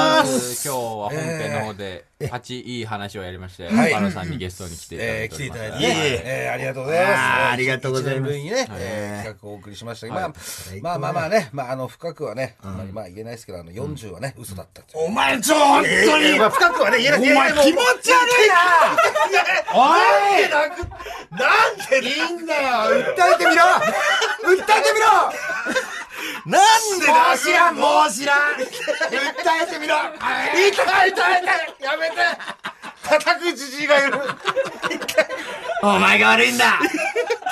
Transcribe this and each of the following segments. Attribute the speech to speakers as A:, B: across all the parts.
A: 今日は本編の方で、8いい話をやりまして、
B: はい
A: 岡野さんにゲストに来ていただ
B: え
A: い
B: ー、
A: て
B: 来
A: お
B: て
A: り
B: い
A: ま
B: た
A: す。
B: だいて、ね
C: いえいえ
B: えーありがとうございます。
C: あーありがとうございます
B: 一年ぶりにね、え
C: は
B: ー
C: い
B: 企画をお送りしましたが、
A: はい
B: まあまあまあまあね、まあ、あの深くはね、あんまりまあ言えないですけど、あの40はね、嘘だったっていう。
C: お前、ちょ、本当に、
B: えーまあ、深くはね、言えない
C: お
B: 言えな
C: 前
B: いもう
C: 気持ち悪いなおい
B: なんで
C: いいんだよ訴えてみろ訴えてみろ
B: なんで
C: もう
B: だ
C: 知らんもう知らん訴えてみろ
B: 痛い痛い痛いやめて叩くじじいがいる
C: お前が悪いんだ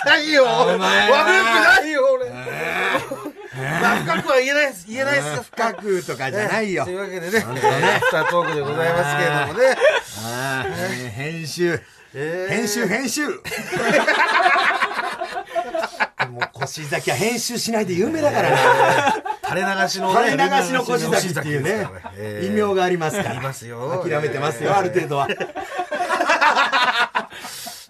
B: 痛いよ悪く
C: 前
B: ないよ俺まあ深くは言えないです言えないですよ深
C: 深
B: く
C: くとかじゃないよ
B: というわけでね、えーアフタートークでございますけれどもね。
C: あー編集
B: えー
C: 編集編集もう腰崎は編集しないで有名だからな
B: 垂れ流しの
C: 垂れ
B: ね、
C: 流しの腰崎っていうね異名がありますから
B: いますよ
C: 諦めてますよ、
B: えー
C: ある程 度は
B: ね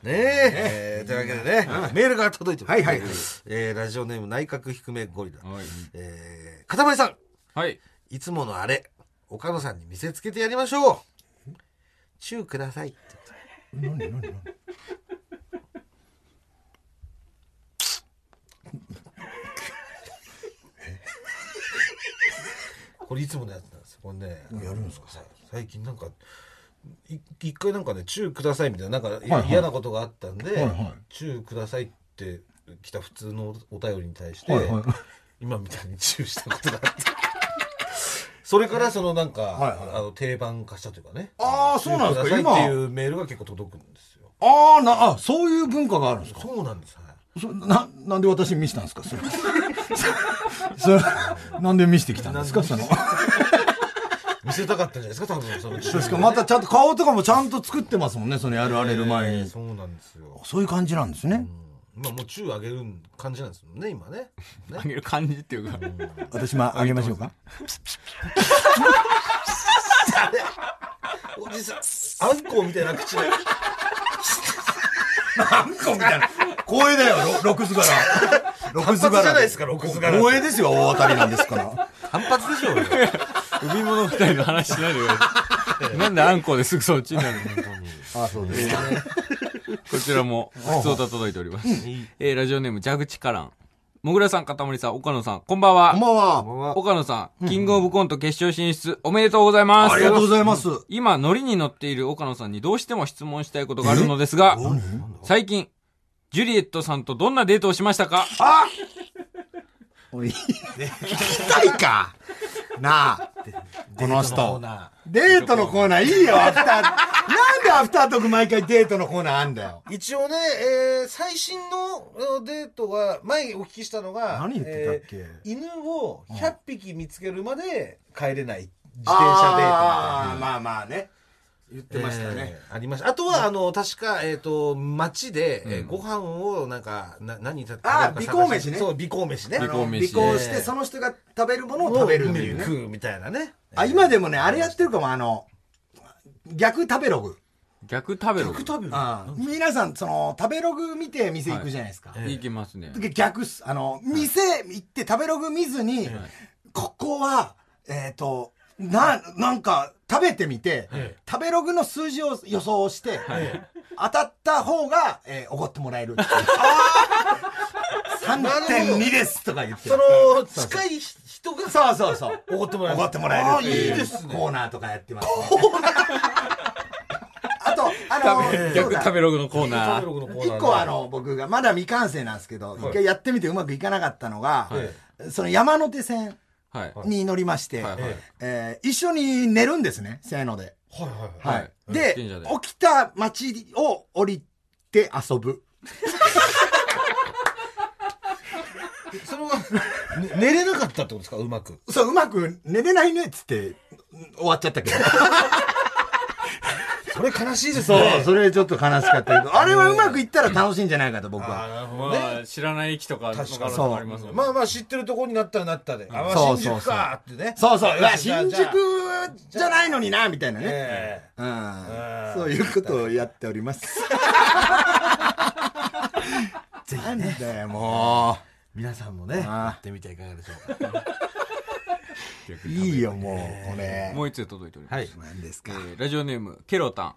B: ええーというわけでね、メールが届いてます。
C: はいはいはい
B: えーラジオネーム内閣低めゴリラ。
A: はい
B: えー、かたまりさん、
A: はい。
B: いつものあれ、岡野さんに見せつけてやりましょう。チューくださいって。 これいつものやつなんですよ。これね。やるんですか最近なんか、い一回なんかね、チューくださいみたいな、なんかいや嫌なことがあったんで、チューくださいって来た普通のお便りに対して、今みたいにチューしたことがあって。それからそのなんか、あの定番化したというかね。
D: ああ、そうなんです
B: く
D: か、
B: ださいってい
D: 今。
B: うメールが結構届くんですよ。
D: ああ、な、あ、そういう文化があるんですか。
B: そうなんです。はい
D: そな、なんで私に見せたんですか、それ。 それ、なんで見せてきたんですか、その。
B: 見せたかったんじゃないですか、多分その
D: 確か、またちゃんと顔とかもちゃんと作ってますもんね、そのやるられる前
B: えー
D: に。
B: そうなんですよ。
D: そういう感じなんですね。
B: まあもう宙上げる感じなんですもんね、今ね。ね
A: あげる感じっていうか、
D: 私もあげましょうか。
B: おじさん、あんこみたいな 口で。
D: なんかみたいな。光栄だよ、ろろくずから。ろくず
B: 単発じゃないですかろくず柄
D: 光栄ですよ、大当たりなんですから。
B: 単発でしょうよ。
A: 海物二人の話しないでください。なんであんこですぐそっちになるの
D: あそうですか。
A: こちらも、普通と届いております。えー、ラジオネーム、蛇口からん。もぐらさん、かたまりさん、岡野さん、こんばん
D: こんば
A: は。
D: んは。
A: 岡野さん、キングオブコント決勝進出、おめでとうございます。
D: ありがとうございます。
A: 今、ノリに乗っている岡野さんにどうしても質問したいことがあるのですが、最近、ジュリエットさんとどんなデートをしましたか
D: おい
C: 聞きたいかなあこの
B: そのコー
C: 人
B: ナ
C: デートのコーナーいいよアフターなんでアフタートーク毎回デートのコーナーあんだよ
B: ー一応ね、えー最新のえーデートが、前お聞きしたのが、
D: 何言ってたっけ
B: えー犬を100匹見つけるまで帰れない自転車デートみ
C: 自
B: たいな。
C: ートまあまあね言ってましたね、
B: えーありました。あとは、あの、確か、えっ、と、街で、えーご飯を、なんか、な、何食べるか
C: あ
B: 探
C: ー
B: し
C: 微光飯ね
B: そう、微光飯ね。
A: 微光
C: 尾行してその人が食べるものを食べるっていうね
B: 食うみたいなね。
C: あ今でもねあれやってるかもあの逆食べログ
A: 逆食べろ。
B: 食べる
C: 皆さんその食べログ見て店行くじゃないですか、
A: いきますね。
C: で逆っすあの店行って食べログ見ずに、ここはえっ、とななんか食べてみて、食べログの数字を予想して、当たった方がえーおご、ってもらえ る3.2ですとか言って
B: その、近い人がさ、
C: そうそうそう
B: おごってもら
C: お
B: う。
C: ごってもらえるってい
B: あー
C: う
B: いいですね
C: コーナーとかやってます、ね、 あとあのそう
A: 逆
C: だ
A: 食べログのコーナー。
C: 一個あ、の僕がまだ未完成なんですけど一回やってみてうまくいかなかったのがその山手線
A: はい。
C: に乗りまして
A: はいはい
C: えー一緒に寝るんですねせーので
B: はいはいはい。
C: は
A: はいい
C: で
A: 神社で
C: 起きた街を降りて遊ぶ
B: その、ね寝れなかったってことですかうまく。
C: そううまく寝れないねっつって終わっちゃったけど
B: それ悲しいです
C: そ
B: ね。
C: うそれちょっと悲しかった けどあれはうまくいったら楽しいんじゃないかと僕は
A: まあ、知らない駅とか、
B: 確かに
A: 他のとこありますもんね
B: まあまあ知ってるとこになったらなったで。あ、ま
C: そ
B: あ
C: う
B: 新
C: そうそう
B: 宿かーってね。
C: そうそううわ
B: じゃあ
C: 新宿
B: じゃあ
C: じゃないのになみたいなね
B: ええ
C: うんそういうことをやっており ます。ぜひね。なんだよ、も
B: 皆さんもね、
C: あー
B: やってみてはいかがでしょうか。
C: いいよ、もう、これ。
A: もう一通届いております。
B: はい
C: 何です
A: え
C: か。
A: ーラジオネーム、ケロタン。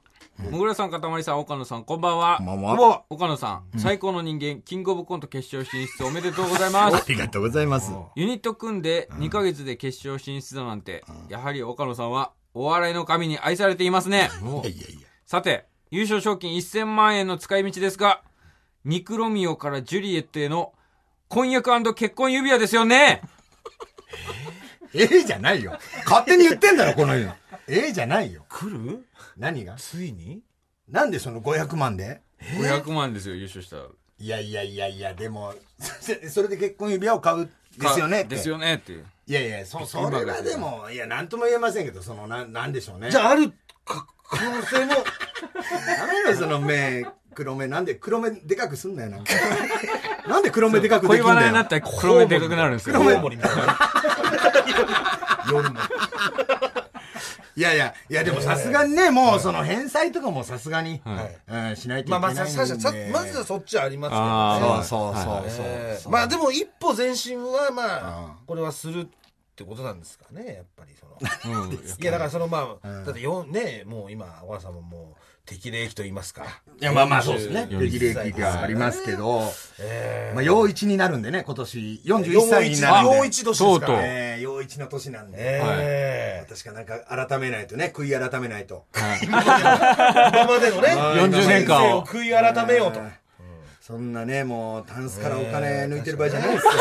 A: もぐらさん、かたまりさん、岡野さん、こんばんは。
C: まあま
E: あ
C: あ、
E: も
A: 岡野さん、最高の人間、キングオブコント決勝進出おめでとうございま
C: あ
A: す。
C: りがとうございます。
A: ユニット組んで2ヶ月で決勝進出だなんて、やはり岡野さんはお笑いの神に愛されていますね。
C: いやいやいや。
A: さて、優勝賞金1000万円の使い道ですが、ニクロミオからジュリエットへの婚約結婚指輪ですよね
C: ええじゃないよ。勝手に言ってんだろ、この世。ええじゃないよ。
B: 来る
C: 何が
B: ついに
C: なんでその500万で
A: ?500 万ですよ、優勝したら。
C: いやいやいやいや、でも、そそれで結婚指輪を買う、ですよねって。
A: ですよねっていう。
C: いやいや、そ、それはでも、いや、なんとも言えませんけど、その、なん、なんでしょうね。
B: じゃああるか
C: 可能性も、ダメだよ、その目、黒目。なんで、黒目でかくすんなよ、なんか。なんで黒目でかくで
A: 恋
C: きんだよ。
A: バナになったら黒目でかくなるんですよ。
C: 黒目
B: コウモリみたいな夜の
C: いやいや、いや、でもさすがにね、もう、その、返済とかもさすがに、
A: はい
C: うん、しないといけ
B: ま
C: な
B: あ
C: いん
B: まあ
C: で。
B: さささまずはそっちはありますけどね
A: あー
C: そうそうそうそう。
B: えーまあでも一歩前進はまあこれはするってことなんですかねやっぱりその
A: うん
B: いやだからそのまあだってよねもう今小原さんももう適齢期と言いますか
C: いや、まあまあ、そうですね。
A: 41
C: 適齢期がありますけど、
B: え
C: まあ、陽一になるんでね、今年、41歳になるんで。
B: 陽一年ですか
A: とう
B: ら
A: とう
B: ね
C: えー陽一の年なんで。
B: えー
C: 確かなんか改めないとね、悔い改めないと。
B: 今までのね
A: 40年間を
B: 人生悔い改めようと
C: そんなね、もう、タンスからお金抜いてる場合じゃないですよ。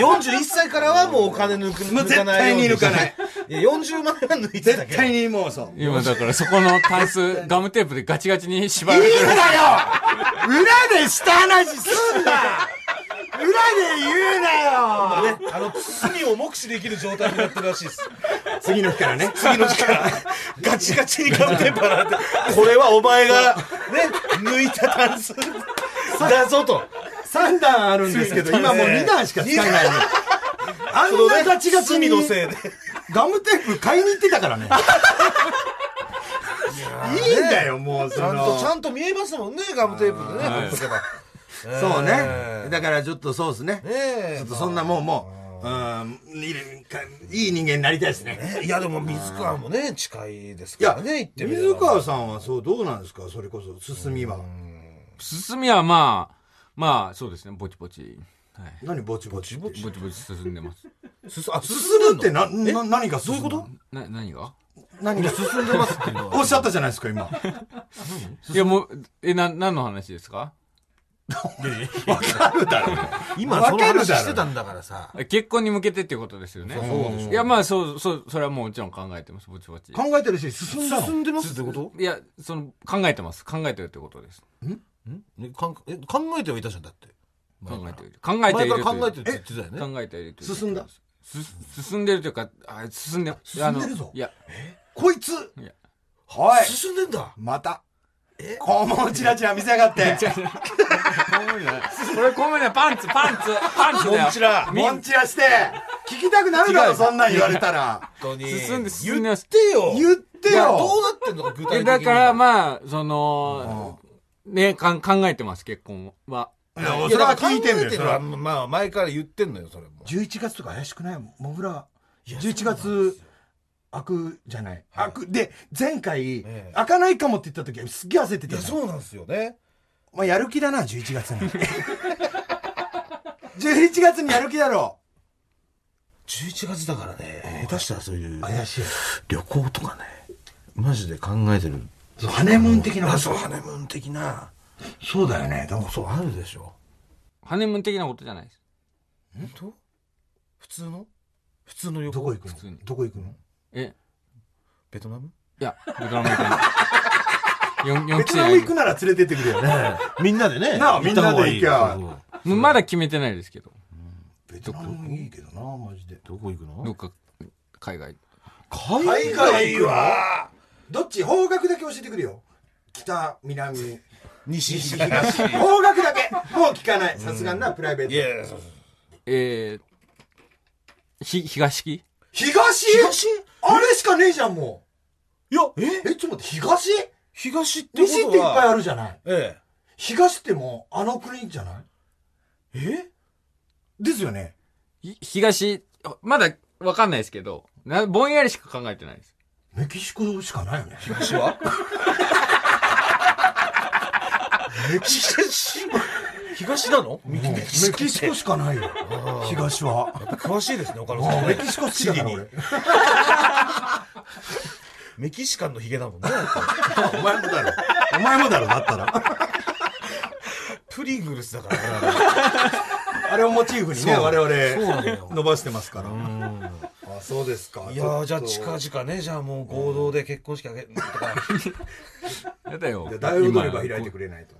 B: 41歳からはもうお金抜く
C: もう
B: 抜かないように
C: 絶対に抜
B: いや40万円は抜いてたけ
C: 絶
B: ど
C: 対にもうそう。
A: 今だからそこのタン ス、ガムテープでガチガチに縛ら
C: い
A: れ
C: い
A: てる。
C: んだよ裏でした話すんな裏で言うな
B: ね
C: よ
B: あの罪を目視できる状態になってるらしいです
C: 次の日からね。
B: 次の日 からガチガチにガムテープ洗ってこれはお前がね抜いたタンスだぞと
C: 3段あるんですけど、今もう2段しか使えないの。あんなガチガチに
B: 罪のせいで
C: ガムテープ 買いに行ってたからね。いいんだよ、もう
B: ち
C: そ
B: ゃん
C: の。
B: とちゃんと見えますもんねガムテープでね
A: はい
B: ほっとけば
C: そ
B: え
C: うね。だからちょっとそうですね。
B: ええ
C: ちょっとそんなもうもう、うん、いいいい人間になりたいですね。
B: ねいやでも水川もね近いです
C: い
B: か
C: や
B: らね行っ、てみれば
C: 水川さんはそう、どうなんですかそれこそ、進みは。
A: 進みはまあ、まあそうですね、ぼちぼち。はい
C: 何、ぼちぼち。ぼ
A: ぼちぼち進んでます。
B: すあ進
C: 進
B: むっ
C: むって
B: て
C: な、な、何が進むどういうこ
A: な、何が
C: と何が進
B: 進んでますけど
C: おっしゃったじゃないですか、今。わ
A: いやもう、え、な、何の話ですか
C: かるだろ。
B: 今
C: わ
B: その
C: かるだろ
B: 話してたんだからさ
A: 結婚に向けてっていうことですよね。いや、まあ、そう、そう、それはもうもちろん考えてます、ぼちぼち。
C: 考えてるし、進んだの。
B: 進んでますってこと
A: いや、その、考えてます。考えてるってことです。
B: んねかんえ考えてはいたじゃんだって
A: 考えている。考えて
B: 前
A: い
B: か
A: る
B: ら
A: という。
B: 考えてるって言ってたよね
A: 考えているという。
C: 進んだ
A: す進んでるというか、あ進んで、
C: 進んでるぞ
A: あのいや、
C: こいつ
A: いや
C: はい。
B: 進んでんだ
C: また。肛門をチラチラ見せやがって。
A: これ、こういうのはパンツ、パンツ、パンツだよ。
B: こちら
C: モンチラして、聞きたくなるだ
B: 違
C: ろ、
B: う
C: そんなん言われたら。
B: 本当に
A: 進んで進んで
B: 言
A: ま
B: っ
A: す
B: てよ
C: 言って
B: いやどう
C: よ。
B: なってんのか具体的
A: え
B: に
A: だから、まあ、その、ね、かん考えてます、結婚は。
C: いや
B: い
C: そ
B: やだか
C: れは
B: ら
C: 聞いてんだよ、
B: 考え
C: そ
B: るの
C: れ
B: は
C: は。
B: まあ前から言ってんのよそれも
C: 11月とか怪しくないもぐら。
B: いや
C: 11月開くじゃない。開く。で、前回
B: え、
C: 開かないかもって言った時、すっげえ焦って
B: い
C: た
B: や
C: じゃん
B: そうなんですよね
C: まあ、やる気だな、11月 に。11月にやる気だろ
B: 11月だからね下手したらそういう
C: う。
B: ね
C: しい。
B: 旅行とかねマジで考えてる
C: ハネムーン的な
B: あそうハネムーン的な
C: そうだよね。でも
B: そうあるでしょ
A: ハネムーン的なことじゃないです。
B: 本当普通の普通の旅行
C: どこ行く
A: 普通
C: の
A: に
C: どこ行くの
A: え、
B: ベトナム
A: いや、ベトナム行かない。4、
C: ベ
A: 4期生
C: トナ
A: が
C: ム
A: い
C: 行
A: る
C: くなら連れてってくれよね。
B: みんなでね
C: なあ
B: 行った方がいい
C: みんなで行きゃ
B: そうそう
A: まだ決めてないですけど。
C: ベトナムいいけどな、マジで。
B: どこ行く
A: ど
B: の
A: っか、海外。
C: 海外はどっち方角だけ教えてくれよ。北、南、
B: 西
C: 西、東。方角だけもう聞かない。さすがにな、プライベート。
B: いやいやそうそう
A: えー、ひ、東木
C: 東あれしかねえじゃん、も
B: いやえ
C: う。え、ちょっと待って、東
B: 東ってことは
C: 西っていっぱいあるじゃない。
B: え
C: 東ってもう、あの国じゃない
B: ええ
C: ですよね。
A: ひ東まだわかんないですけど、なぼんやりしか考えてないです。
C: メキシコしかないよね。
B: 東は東東なのメ
C: もうメキシコしかないよ。東は。
B: 詳しいですね、岡野さ
C: も
B: んね。
C: うメキシコ好きだか
B: 地
C: ら
B: 理
C: 俺
B: に。メキシカンのヒゲだもんね。
C: お前もだろ。お前もだろ、だったら。
B: プリグルスだから
C: あれをモチーフに
B: そうそう
C: ね、
B: なの
C: 我
B: よ
C: 々、伸ばしてますから。
B: な。
C: あ、そうですか。
B: いやーじゃあ
C: ちょっ
B: 近
C: と
B: 々ね、じゃあもう合同で結婚式あげ、とか。
A: やだよ
C: いや。大踊り場開いてくれないと。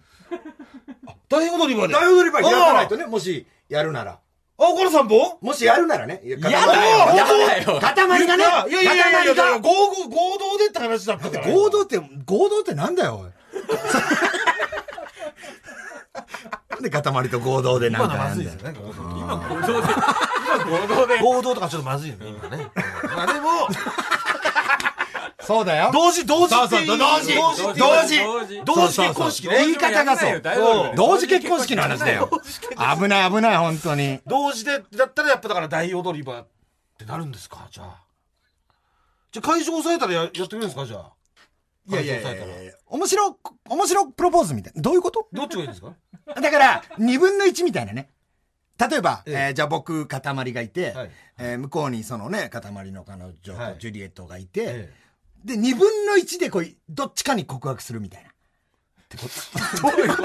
B: 大踊り場で。
C: 大踊り場開かないとね、もしやるなら。
B: あ、岡野さんも
C: もしやるならね。や
A: やだよ
C: 塊が塊がね
B: いやいやいやいや、だ
C: 塊
B: から
C: が
B: 合合合同でって話だったから。
C: 合同って、合同ってなんだよ、おい。なんで塊と合同でな
B: 今
C: ん
B: の
C: か
B: はま
C: な
B: ず
C: ん
B: い
C: だ
B: で
C: よ
B: す。よね。
A: 今合同で、今合同で。
B: 合同とかちょっとまずいよね、今ね。まあでも、
C: そうだよ。
B: 同時、同時ってい
C: そうそう同時
B: 同時っていう
C: 同時
B: 同時結婚式ね。
C: 言い方がそう
A: そう
C: 同時結婚式の話だよ。危ない危ない、本当に。
B: 同時で、だったらやっぱだから大踊り場ってなるんですかじゃあ。じゃあ会場押さえたらややってくれるんですかじゃあ。
C: いやいやい
B: 会場
C: や
B: 押さえたら
C: いや、面白、面白プロポーズみたいな。どういうこと
B: どっちがいいんですか
C: だから、2分の1みたいなね。例えば、
B: え
C: え
B: え
C: ーじゃあ僕、塊がいて、
B: はい
C: えー向こうにそのね、塊の彼女
B: はい
C: とジュリエットがいて、
B: え
C: で、2分の1でこう、どっちかに告白するみたいな。ってことどういうこ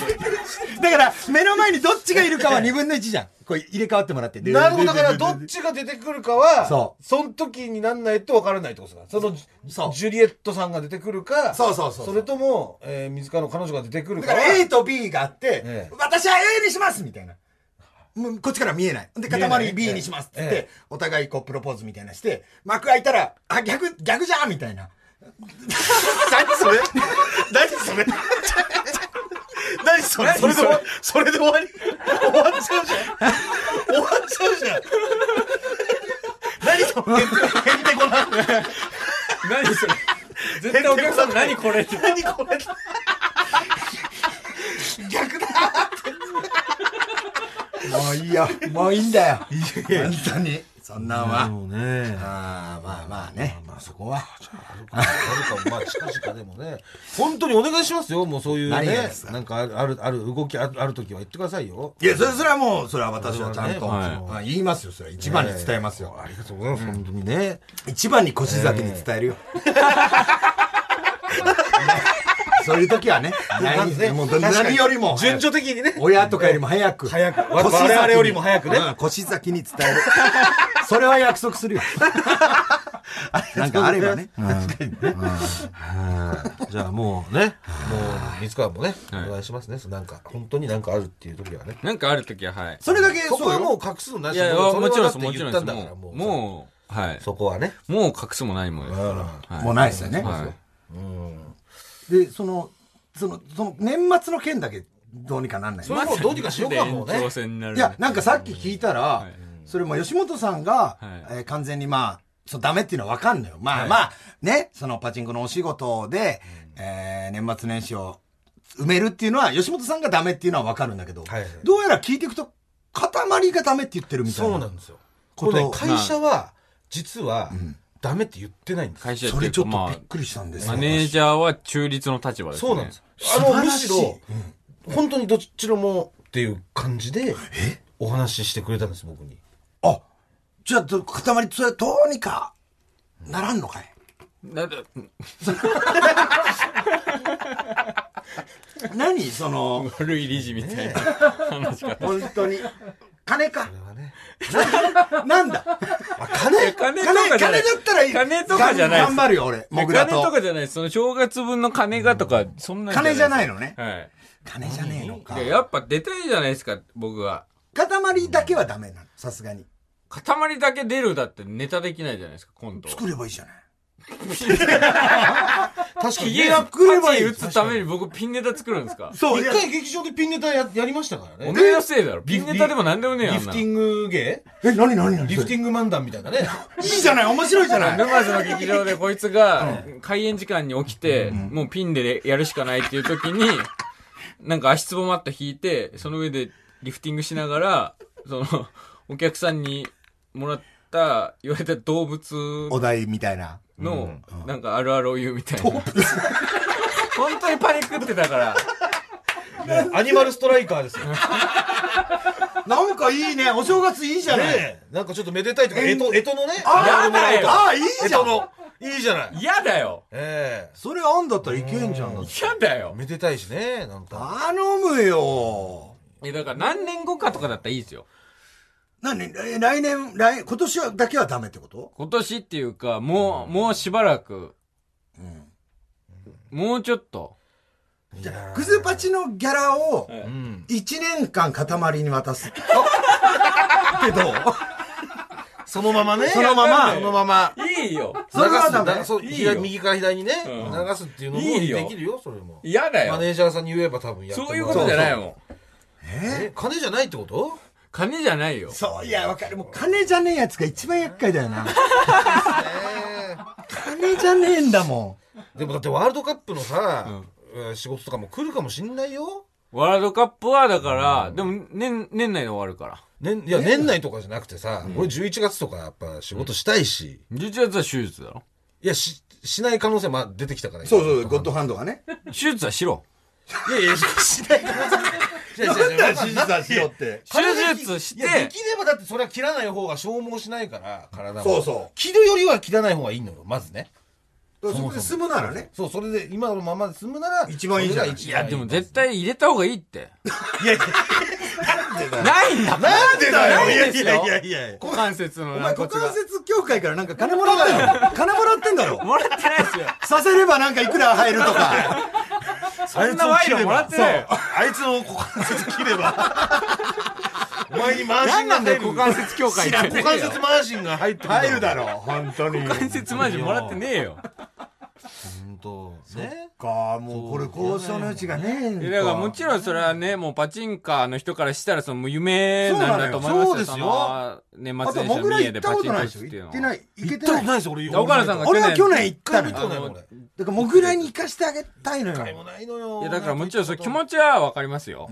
C: とだから、目の前にどっちがいるかは2分の1じゃん。こう、入れ替わってもらって。
B: えなるほど。だから、どっちが出てくるかは、
C: そ
B: その時になんないとわからないってことですかその、
C: そう
B: ジュリエットさんが出てくるか、
C: そうそうそうそう
B: れとも、えー、水川の彼女が出てくる
C: だ
B: か
C: か
B: は。
C: ら A と B があって、
B: ええ
C: 私は A にしますみたいな。もうこっちから見えない。で、
B: 見えない
C: 塊 B にしますって言っ
B: え
C: て、お互いこうプロポーズみたいなして、幕開いたら、あ、逆、逆じゃんみたいな。
B: 何それ 何それ何それそれで終わりそれで終わり終わっちゃうじゃん終わっちゃうじゃん何そのへんてこな
A: 何それ。絶対お客さん何これ って。
B: 何これ
C: 逆だもういいよ。もういいんだよ。本当に。そんなんは。
B: うね
C: ああ、まあまあね。まあそこは。
B: あるかもまあ近々でもね本当にお願いしますよもうそういう
C: 何が
B: ね
C: ですか
B: なんかあるあるある動きあるある時は言ってくださいよ
C: いや、それ、それはもう、それは私はちゃんと。
B: はい
C: あ言いますよ、それは。一番に伝えますよ。
B: ありがとうございます本当にね
C: 一番に腰崎に伝 えるよ。そういう時はね、
B: まずね
C: もう何よりも、
B: 順調的にね
C: 親とかよりも早く、
B: 早く
C: 腰先に
B: 我々よりも早くね
C: うん腰先に伝える。それは約束するよ。なんかあればね。
B: 確かにね。はいじゃあもうね、もう、三川もね、お願いしますね。そうなんか、本当になんかあるっていう時はね。
A: なんかある時は、はい。
C: それだけ、
B: そこ
C: そう
B: は
C: よ。
B: もう隠すのなし
A: いや、
B: もうそれ
A: もちろん
B: は
A: です、もちろん
B: だ
A: で
B: っ
A: す。
B: て言ったんだから、
A: もう、
B: も
A: もう、はい。
B: う、そこはね。
A: もう隠すもないもんです。
B: う
A: はい
C: もうないですよね。
A: は
B: ん。
C: で、その、その、その、年末の件だけ、どうにかなんない
B: そ。れもうどうにかしようか、もう
A: マジで延
B: ね
A: 長。戦になる
C: いや、なんかさっき聞いたら
A: い、
C: それも吉本さんが、
A: はい
C: えー完全にまあ、そうダメっていうのはわかんのよ。まあ、まあ、ね、そのパチンコのお仕事で、えー年末年始を埋めるっていうのは、吉本さんがダメっていうのはわかるんだけど、
B: はいはい
C: どうやら聞いていくと、塊がダメって言ってるみたいな。
B: そうなんですよ。
C: こと
B: これね、会社は、実は、ダメって言ってないんですよ
A: 会社
C: そ
A: ってい
C: れ
A: う
C: ちょ
A: か、
C: っと
A: ま
C: びっくりしたんです
A: あ、マ
C: よ。
A: ネージャーは中立の立場ですね。
B: そうなんです。
C: 素
B: あ
C: 晴
B: の、む
C: らし
B: し
C: い
B: ろ、本当にどちらもっていう感じで、お話ししてくれたんです、僕に。
C: あ、じゃあ、ど塊、それどうにか、ならんのかい
A: だだ
C: 何その、
A: 悪い理事みたいな。
C: 本当に。金か
B: こ。れはね。
C: なん だ
B: あ、金
A: 金と
C: 金、
A: か
C: 金
A: じゃ
C: だ
A: ない。
C: ったらいい。
A: 金とかじゃない
C: 頑張るよ、俺。もぐら
A: 金
C: と
A: と。かじゃないです。その正月分の金がとか、そんなん
C: 金じゃないいのね
A: です。。はい。
C: 金じゃねえのか
A: いや。やっぱ出たいじゃないですか、僕は。
C: 塊だけはダメなの、さすがに。
A: 塊だけ出るだってネタできないじゃないですか、今度。
C: 作ればいいじゃない。
B: 確か
A: ひ
B: に
A: げ
B: ね。
A: がパチ打つために僕ピンネタ作るんですか
C: そう、
B: 一回劇場でピンネタややりましたから
A: お
B: ね。
A: めえのせいだろ。ピ
B: リ
A: ンネタでも何でもねえ
B: リ
A: やんな。
B: フティング芸
C: え、なになにな
B: リ
C: に
B: フティング漫談みたいな ね。
C: いいじゃない、面白いじゃない。
A: 沼津の劇場でこいつが開演時間に起きて、もうピンでやるしかないっていう時に、なんか足つぼマット引いて、その上でリフティングしながら、その、お客さんにもらった、言われた動物
C: お題みたいな。
A: の、なんかあるあるを言うみたいな。本当にパニックってたから。
B: ね アニマルストライカーですよ。ね
C: なんかいいね。お正月 いいじゃない。
B: えなんかちょっとめでたいとか、えと、えとのね。
A: やだよ
C: ああ、いい
B: え
C: じゃん
B: と。の。いいじゃない。
A: 嫌だよ
B: ええ
C: それあんだったらいけんじゃん。
A: 嫌だよ
B: めでたいしね、なんか。
C: 頼むよ。
A: え、だから何年後かとかだったらいいですよ。
C: なに、え来年、来、今年はだけはダメってこと
A: 今年っていうか、もう、もうしばらく、もうちょっと。
C: じゃあクズパチのギャラを、
B: うん。
C: 1年間塊に渡 す。けどう、
B: そのままね。
C: そのまま
B: そのまま。
A: いいよ
C: それはダメ
B: 流すそう
A: いいよ
B: 左右から左にね、
A: うん
B: 流すっていうのも
A: いいよ
B: できるよ、それも。
A: 嫌だ
B: マネ
A: よ
B: ージャーさんに言えば多分やっても
A: そう
B: ら
A: いうことじゃ
B: い。
A: ないもん。
B: え金じゃないってこと
A: 金じゃないよ。
C: そう、いや、わかる。もう金じゃねえやつが一番厄介だよな。金じゃねえんだも
B: でもだってワールドカップのさ、えー仕事とかも来るかもしんないよ。
A: ワールドカップは、だから、でも、年、年内で終わるから。
B: 年、いや、年内とかじゃなくてさ、俺11月とかやっぱ仕事したいし、
A: 11月は手術だろ
B: いや、し、しない可能性も出てきたから
C: ん。そうそう、ゴ
B: ゴ
C: ッドハンドがね。
A: 手術はしろ。
B: いやいや、ししない可能 性。なん
C: だから指示さしろって。
A: 手術して
B: いやできればだってそれは切らない方が消耗しないから、体も。
C: そうそう。
B: 切るよりは切らない方がいいのよ、まずね。
C: そこで済むならね。
B: そう、それで今のままで済むなら、
C: 一番いいじゃな
B: それ
C: い
B: が一
A: い
B: 番
A: や、でも絶対入れた方がいいって。
B: いやいや、
A: ないんだから
B: なんでだよ
A: ないんですよ
B: いやいやいやいや
A: 股関節の
C: お前、
A: 軟
C: 股
A: 骨
C: 関
A: が。
C: 節協会からなんか金もらったよ。 金もらってんだろ。
A: もらってないですよ。
C: させればなんかいくら入るとか。
A: そんな賄賂もらってないよ。
B: あいつの股関節切れば、 お前にマーシ
A: 何
B: ン
A: な
B: が
A: んだ
B: 入
A: よ、
B: る
A: 股関節協会って。
B: 股関節マーシンが入ってる
C: 入るだろ、本当に。
A: 股関節マジもらってねえよ。
B: 本当ね
C: か、もうこれ交渉のうちがねえん
A: いやだからもちろんそれはね、もうパチンカーの人からしたらそのもう夢なんだと思います
B: そうなのよそうですよ
A: 年
C: あ
A: 末
C: と、
A: 年始
C: もぐ
A: の
C: ら
A: 三
C: 行
A: 重
C: っ
A: で
C: た
A: パ
C: こ
A: チン
C: と
A: コ
C: な
A: 行
C: いで
A: く
C: し
A: っ
C: ょ
A: ていうのは
C: 行ってない。行けて
B: 行ったこと
C: な。
B: ないいです俺
A: 岡田さんが
C: 俺は去年行ったの
B: 一回も行ったことないもん俺
C: だから、もぐらに行かしてあげたいの
B: 一回
C: よ。
B: もないのよ
A: いやだからもちろんそ
B: れ
A: う気持ちはわかりますよ。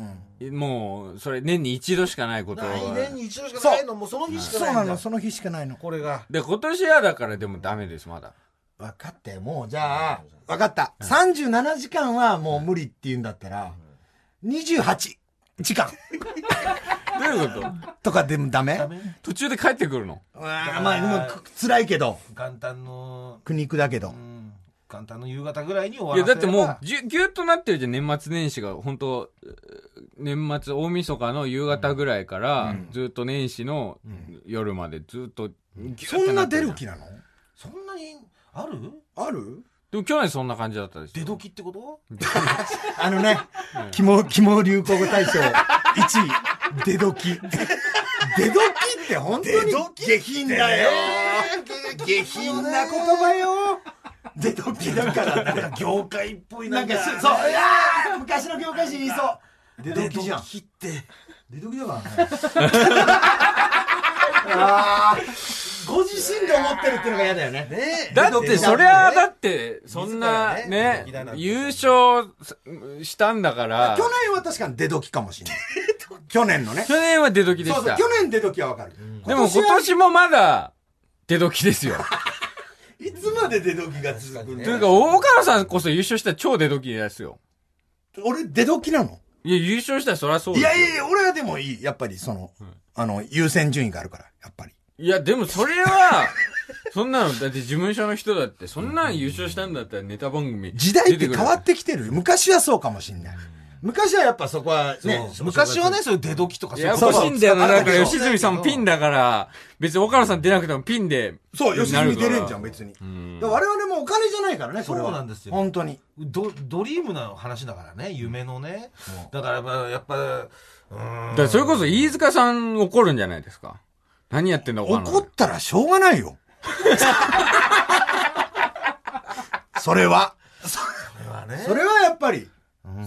A: もう、それ年に一度しかないこと
B: ない年に一度しか
C: そう
B: ないのもうその日し
C: そ
B: かない
C: う
B: んだ
C: なの、その日しかないの。
B: これが
A: で、今年はだからでもダメです、まだ。
C: 分かったよ、もう、じゃあ、分かった。37時間はもう無理って言うんだったら、28時間
A: どういうこと
C: とかでもダメ
A: 途中で帰ってくるの
C: うわーまあ、今、く辛いけど、
B: 元旦の
C: 苦肉だけど
B: う。ん元旦の夕方ぐらいに終わ
A: いや、
B: ら
A: だ
B: せ
A: っ
B: れ
A: て
B: ば
A: もう、ぎゅ、ぎゅっとなってるじゃん、年末年始が。本当えー年末、大晦日の夕方ぐらいから、ずっと年始の夜までずっと、ぎゅ
C: そ
A: っ
C: ん
A: て
C: な
A: って
C: 出
A: じゃ
C: る気なの
B: そんなにある
C: ある
A: でも去年そんな感じだったでし
B: 出
A: ょ。
B: 時ってこと
C: あのね、肝、肝流行語大賞1位、出 時。出時って本当に下品だよ。下 品な言葉 よ。出時だからって。
B: 業界っぽい
C: なんかし、そう、いやー昔の業界人いそう。出時じゃん。
B: 切って
C: 出時だからね。 あーご自身で思ってるってのが嫌だよね。
B: ね
A: だって、そりゃ、だって、そんな、
B: 自らね
A: ね
B: 出時だな、んて
A: 優勝したんだから
C: 去、年は確かに出時かもしれない。 去年のね。
A: 去年は出時で
C: そう
A: し
C: そう、
A: た
C: 去。年出時はわかる。
A: でも今
C: は
A: 年もまだ、出時です よ。
C: いつまで出時が続くん
A: と
C: だ
A: い
C: よ
A: うか、大川さんこそ優勝したら超出時ですよ。
C: 俺、出時なの
A: いや、優勝したらそりゃそう
C: い
A: ですよ
C: やいやいや、俺はでもいい。やっぱり、その、あの、優先順位があるから、やっぱり。
A: いや、でもそれは、 そんなの、だって事務所の人だって、そんなん優勝したんだったらネタ番組。
C: 時代って
A: 出くる
C: 変わってきてる。昔はそうかもしんない。昔はやっぱそこはね、
B: 昔はねそういう出時とか
A: い
B: そうい
A: や、
B: う
A: お
B: こと
A: かしいんだよな。
C: そうそう
A: だから、吉住さんもピンだから、別に岡野さん出なくてもピンで。
C: そう、吉住出れんじゃん、
A: なるか
C: 別に。だから我々もお金じゃないからね、これは。
B: そうなんですよ
C: 本当に。
B: ドドリームな話だからね夢のね、だからまあやっぱうー
A: ら。だ
B: ん
A: からそれこそ飯塚さん怒るんじゃないですか。何やってんだ、岡野さん
C: 怒ったらしょうがないよ。それは。
B: それはね
C: それはやっぱり、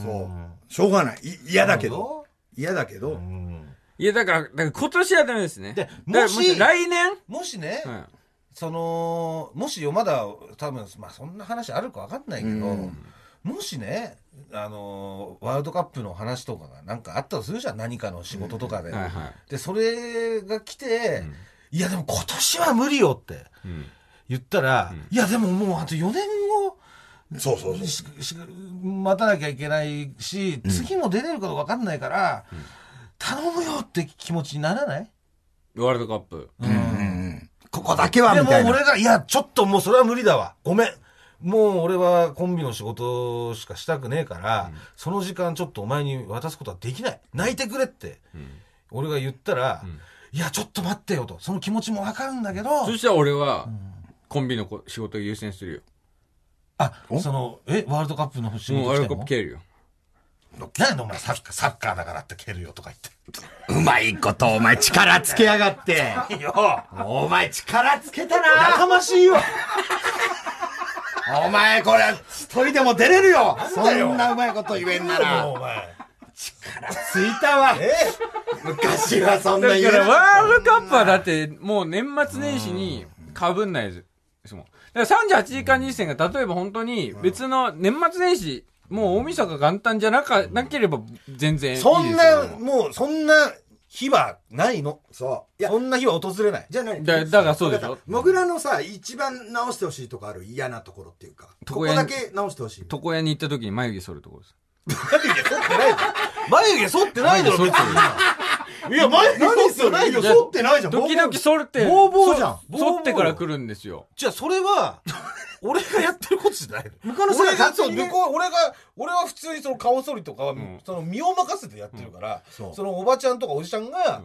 C: そう。しょうがない。い嫌だけど。嫌だけど。
A: いや、だから、だから今年はダメですね。
B: で
A: だから
B: もし
A: 来年
B: もしね、
A: うん
B: そのもしよまだ多分まあそんな話あるかわかんないけど、もしねあのーワールドカップの話とかがなんかあったとするじゃん何かの仕事とかで、
A: はいはい
B: でそれが来て、いやでも今年は無理よって言ったら、いやでももうあと4年後、
F: そうそうそう。
B: しし待たなきゃいけないし、次も出れるかどうか分かんないから、頼むよって気持ちにならない
A: ワールドカップ。
C: ここだけは
B: で
C: み
B: も
C: たいな。
B: 俺が、いや、ちょっともうそれは無理だわ。ごめん。もう俺はコンビの仕事しかしたくねえから、その時間ちょっとお前に渡すことはできない。泣いてくれって、俺が言ったら、いや、ちょっと待ってよと。その気持ちもわかるんだけど、
A: そしたら俺は、コンビのこ仕事を優先するよ。
B: あ、その、え、ワールドカップの仕
A: もう
B: 事
A: ワー
B: 来
A: ル
B: て
A: ドカッ
B: んの
A: プ蹴るよ。
B: なんでお前サッカー、サッカーだからって蹴るよとか言って。
F: うまいこと、お前力つけやがって。お前力つけた
B: や
F: な。
B: かましいわ
F: お前これ、一人でも出れるよ。そ
B: だよ
F: んなうまいこと言えんな
B: もう
F: ら。
B: お前。
F: ついたわ。昔はそんな
A: だ
F: 言えな
A: から
F: かった
A: ワールドカップはだってもう年末年始に被んないですもん。だから38時間実践が例えば本当に別の年末年始、もう大晦日元旦じゃなか、なければ全然いいですよ。
B: そんな、もう、そんな日はないの。
C: そう。いや
B: そ、んな日は訪れない。
C: じゃない
A: だだからそうでしょ
C: もぐらのさ、一番直してほしいとこある嫌なところっていうか。ここ
A: 床屋
C: だ
A: に
C: け直してほしい。
A: 床屋に行った時に眉毛剃るとこです。
B: 眉毛剃ってないだろ、
A: 眉毛剃
B: 別
A: って
B: に。いや、眉毛剃ってないよ。
A: じゃあ
B: 剃ってないじゃん。
A: 時々剃って、
B: ボーボーじゃん
A: そ剃ってから来るんですよ。
B: じゃあ、それは、 俺がやってることじゃないの。
C: 向こうの人が
B: 俺が、
C: 勝
B: そ
C: 手
B: う、
C: にね
B: 向こう、俺が、俺は普通にその顔剃りとかは、
A: ん
B: その身を任せてやってるから、
C: そう
B: そのおばちゃんとかおじちゃんが、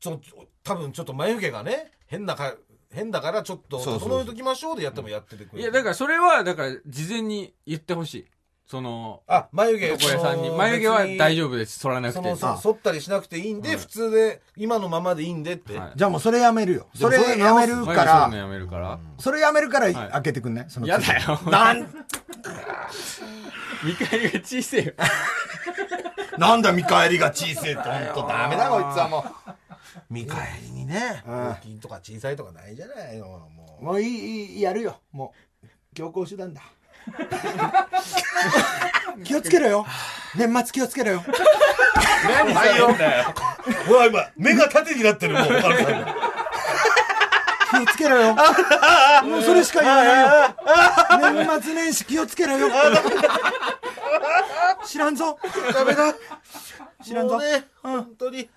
B: その多分ちょっと眉毛がね、変なか、変だからちょっと
C: そうそうそう
B: 整えときましょうでやってもやっててくれる。
A: いや、だからそれは、だから事前に言ってほしい。その、
B: あ、眉毛、
A: 床屋さんに。眉毛は大丈夫です。剃らなく
B: そ
A: て。
B: の
A: は
B: そ
C: あ
B: 剃ったりしなくていいんで、普通で今のままでいいいんでって、
A: い
C: じゃあもうそれやめるよ。それ
B: でもそれ
C: や
B: 直
C: め
B: す
C: る
A: 眉毛
C: か
A: 剃るの
C: ら、
A: やめるから。
C: それやめるから
A: はい
C: 開けてくんないその
A: やだよ。
C: なん、
A: 見返りが小さいよ。
F: なんだ見返りが小せえって、ほんとダメだ、こいつはもう。
B: 見返りにね、
C: ん
B: 大きいとか小さいとかないじゃないのも
C: もういいいい、やるよ。もう、強行手段だ。 気をつけろ よ。年末気をつけろよ。
B: うないよほら今目が縦になってるもう岡野さんが
C: 気をつけろよ。もうそれしか言わないよ。年末年始気をつけろ よ。知らんぞ。
B: ダメだ
C: 知らんぞ
B: もうね本当に、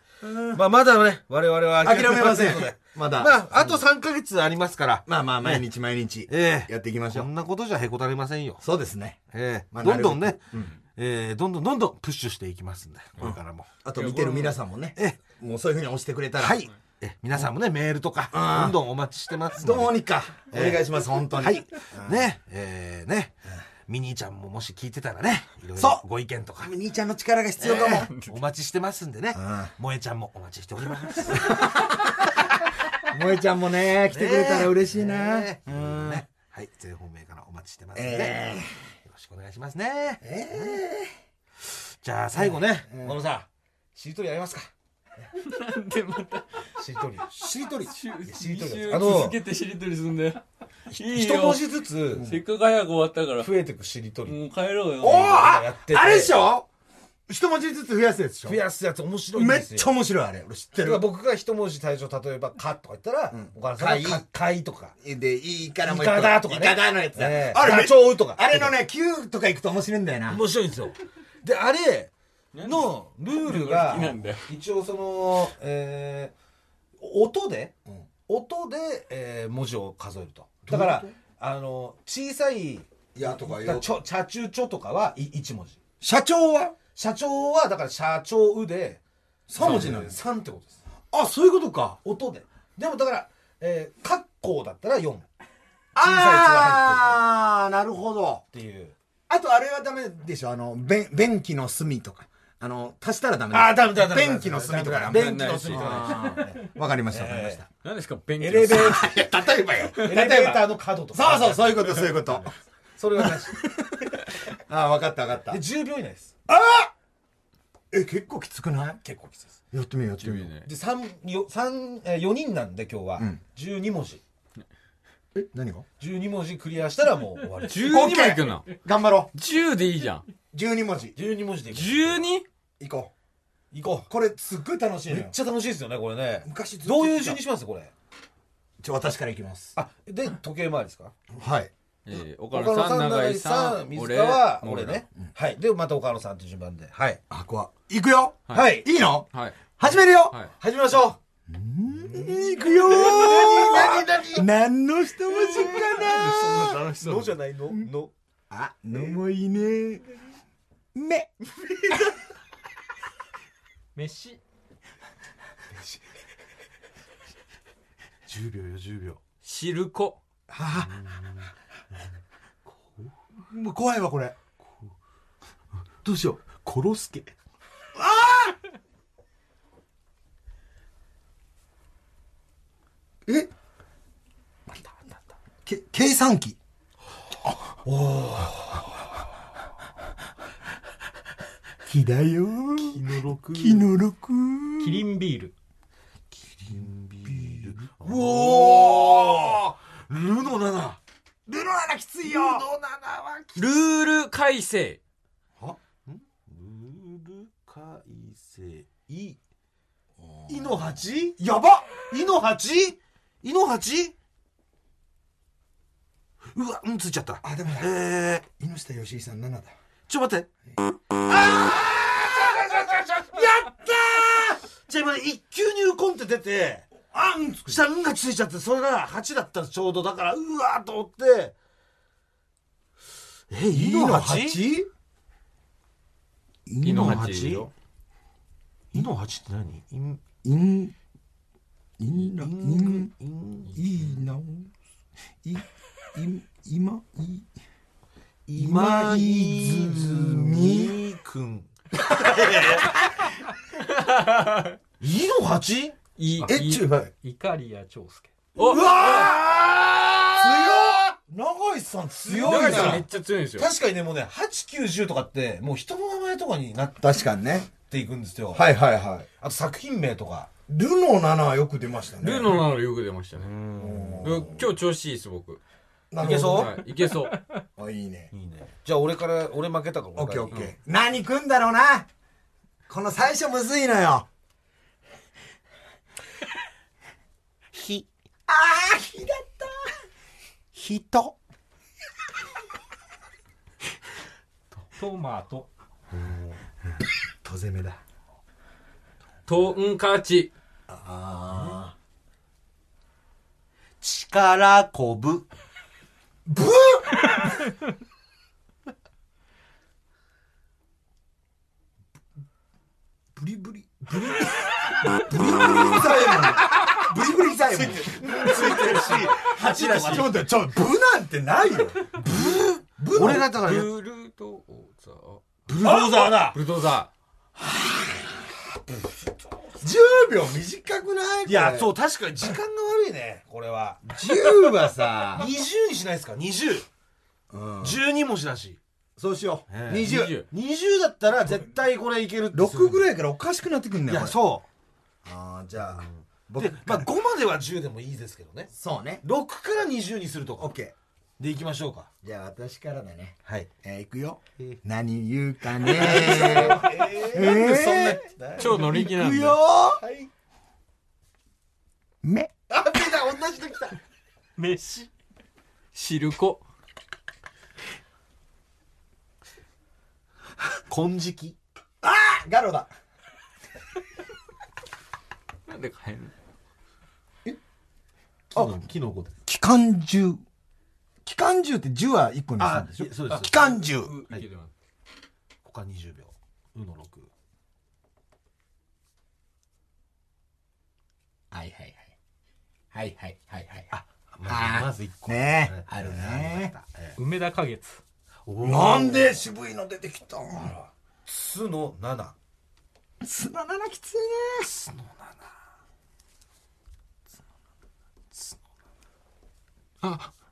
B: まあまだね我々は
C: 諦めません
B: ので。
C: ま
B: ま
C: だ。
B: ああと3か月ありますから、
C: まあまあ、毎日毎日
B: ええ
C: やっていきましょ
B: こ。
C: うん
B: なことじゃへこたれませんよ、
C: そうですね。
B: ええ
C: まあ
B: どんどん
C: な
B: ね、ええどんどんどんどんプッシュしていきますんでこれからも、
C: あと見てる皆さんもね、もうそういうふうに押してくれたら、
B: はい。え皆さんもね、メールとか、どんどんお待ちしてますので。
C: どうにかお願いします、本当に。
B: はい。ね、えー、ね、ミニーちゃんももし聞いてたらね、いろいろ
C: そう
B: ご意見と か、
C: 兄ちゃんの力が必要かも。
B: お待ちしてますんでね
C: ん、
B: 萌えちゃんもお待ちしております。
C: 萌えちゃんもね、来てくれたら嬉しいな。
B: ねねはい、全方面からお待ちしてますんで、
C: え
B: よろしくお願いしますね。じゃあ最後ね、小野さん、しりとりやりますか。
A: で、また、
B: しりとり。
C: しりとり。
A: 週、
B: しりとり
A: 週
B: あの
A: 続けてしりとりすんだよ。いい
B: 一
A: よ
B: 文。字ずつ
A: せっかく早く終わったから、
B: 増えてくしりとり。
A: もう帰ろうよ。
C: おー
B: やっ
C: あ
B: てて
C: あれでしょ一文字ずつ増やすやつでしょ
B: 増やすやつ面白いん
C: め
B: で
C: っ
B: すよ。
C: ちゃ面白いあれ。俺知って
B: だから
C: る。
B: 僕が一文字最初例えば「か」とか言ったら、岡田さんが
C: かい
B: か「かい」とか
C: で、いいか
B: 「
C: ら
B: い
C: も
B: かだ」とか
C: い
B: ね
C: かだのやつだ。
B: ええ
C: あれめっ
B: ダチョウとか
C: あれのね、9とか行くと面白いんだよな。
B: 面白いんですよであれのルールが
A: なんで俺好きなんだよ
B: 一応その、えー音で、音で、えー文字を数えるとだからあの小さい
C: いやとか
B: だからちょ「茶中ちょ」とかはい1文字
C: 社長は
B: 社長はだから「社長う」で
C: 3文字なの
B: 3ってことです
C: あ、そういうことか。
B: 音ででもだから「えー、かっこう」だったら4っ
C: ああ、なるほど。
B: ていう
C: あとあれはダメでしょあの、べん便器の隅とか。あの、足したらダメ
B: あーダメダメダメ
C: 便器の隅とかダメ。
B: 便器の隅とか
C: あーわかりました、わかりました。
A: 何ですか、勉強。
B: エレベー
A: ー
B: タ
C: いや例えばよ。
B: ーエレベーターの角と
C: そ
B: か
C: うそう、そういうこと、そういうこと。
B: それはなし
C: ああ、分かった、分かった
B: で。10秒以内です
C: え、結構きつくない
B: 結構きついです
C: やってみよう、やってみよう。
A: ね。
B: で3よ三えー4人なんで今日は12文字
C: え、何が
B: 12文字クリアしたらもう終わりです
A: 12も行くの。
C: 頑張ろ
A: 10でいいじゃん。
C: う。12文字。
B: 12文字でいこ
A: 12?
C: いこう。
B: ういこ
C: これ、すっごい楽しいうの
B: めっ
C: よ。
B: ちゃ楽しいですよねこれね
C: 昔ずっと
B: どう
C: や
B: いう
C: ってた
B: 順にしますこれ
C: ちょ私からいきます
B: あで時計回りですか
C: はい
A: えー、岡
B: 岡野
A: 野さ
B: さ
A: ん、
B: ん
A: 長
B: 永井
A: 井
B: さ
A: さ
B: ん
A: ん、
B: 水
A: 俺
B: 川
A: モ
B: 俺
A: レラ
B: ねはいでまた岡野さんという順番ではい
C: あこわいくよ
A: はい
B: はい
C: いいの
A: はい。
C: 始めるよ
A: はい。
B: 始めましょ
C: いくよ
B: う何何
C: 何の一文字かな
A: そんな楽し
B: のじゃないのの
C: あのもいいねめ
A: 飯。
C: 10秒よ10秒
A: 汁粉。
C: はあもう怖いわこれどうしようコロスケああえけ計算機おお木だよ木の六木の六
A: キリンビール。
C: うおルノ7ルノ7きついよ
A: ルール改正。
B: 改正い
C: イの八やば
B: いの八いの八うわうんついちゃった
C: あでも
B: えー、
C: イノシタヨシイさん7だ
B: ちょ待ってあーやったーじゃあ今ね一級入魂って出て
C: あうんつ
B: 下運がついちゃってそれが8だったらちょうどだからうわーと思ってえいいの八
C: イ
A: イ
B: イ
A: ノ
B: の
A: ハ
B: 八
A: チ
B: イ。の八って何イン
C: インインライ
B: イ
C: ン
B: ンイン
C: いいなイイ今い
B: 今泉くんいいの八
A: い
C: えちゅはい
A: イカリア長介。
B: うわ
C: 強っ長井さん強
B: 長
A: 長井
B: 井
A: さ
B: さん
A: ん
B: め
A: め
B: っ
A: っちゃ強いんですよ。
B: 確かにねもうね890とかってもう人の名前とかになっ
C: 確かにね
B: ていくんですよ、
C: はいはいはい
B: あと作品名とか
C: ルノ7はよく出ましたね
A: ルーのなのよく出ましたね。うん今日調子いいです、僕。
C: ない
B: けそう
A: はい。いけ そう。
C: うあいいね
B: いいねじゃあ俺から俺負けたから
C: オ
B: 俺か
C: ッケ
B: ら
C: ーオッケー。何くんだろうな。この最初むずいのよ。ひ。ああ、ひだった。ひと。
G: トマト
C: とぜめだ。
A: トンカチ。
B: 力こぶ
C: ブーブリブリ。ブリブリ。ブリブリうざいもん。ブリブリうざいもん。ついてるし、八だし。ちょっと、ちょっと、ブなんてないよ。ブー。ブ
B: 俺がだか
A: ブ
B: ら
A: ルドーザー。
B: ブルドーザーだ
A: ブルドーザ
C: 10秒短くない。
B: いやそうう確かに時間が悪いねこれは
C: 10は さ、
B: 20にしないですか2012
C: うん
B: 文字だし
C: そうしよう。
B: ええ
A: ー。
C: 20。
A: 20。
B: 20だったら絶対これいけるって
C: 6ぐ
B: い
C: らいからおかしくなってくんね
B: いや
C: う。
B: そ
C: ああ、じゃあ、
B: う
C: 僕
B: で、まあ、5までは10でもいいですけどね
C: そうね。
B: 6から20にすると
C: オッ
B: か
C: ケ
B: でいきましょうか
C: ー。じゃあ私からだね。
B: はい
C: えー、いくよ
B: え。
C: 何言うか ねー。
B: え
C: えー
A: 超乗り気ないん
C: く
A: で。
C: よ
B: はい
C: ー。め。
B: あ出た同じの来た
G: 飯
A: 汁粉。
B: 金色
C: ガロだ。
A: なんで変える
B: あキノコです
C: 機関銃。機関銃って銃は1個にするんでしょ
B: そうです
C: 機関銃。
A: ういけてます
B: 他20秒うの6
C: はいはいはい。はいはいはいはい。あ、
B: ま
C: あー
B: ずまず1個
C: ねえ
B: はい
C: あるね
B: ありましたえ
G: 梅田花月
B: え
C: なんで渋いの出てきた
B: 「つ」の7
C: つなななきついねつのななつのななつのなな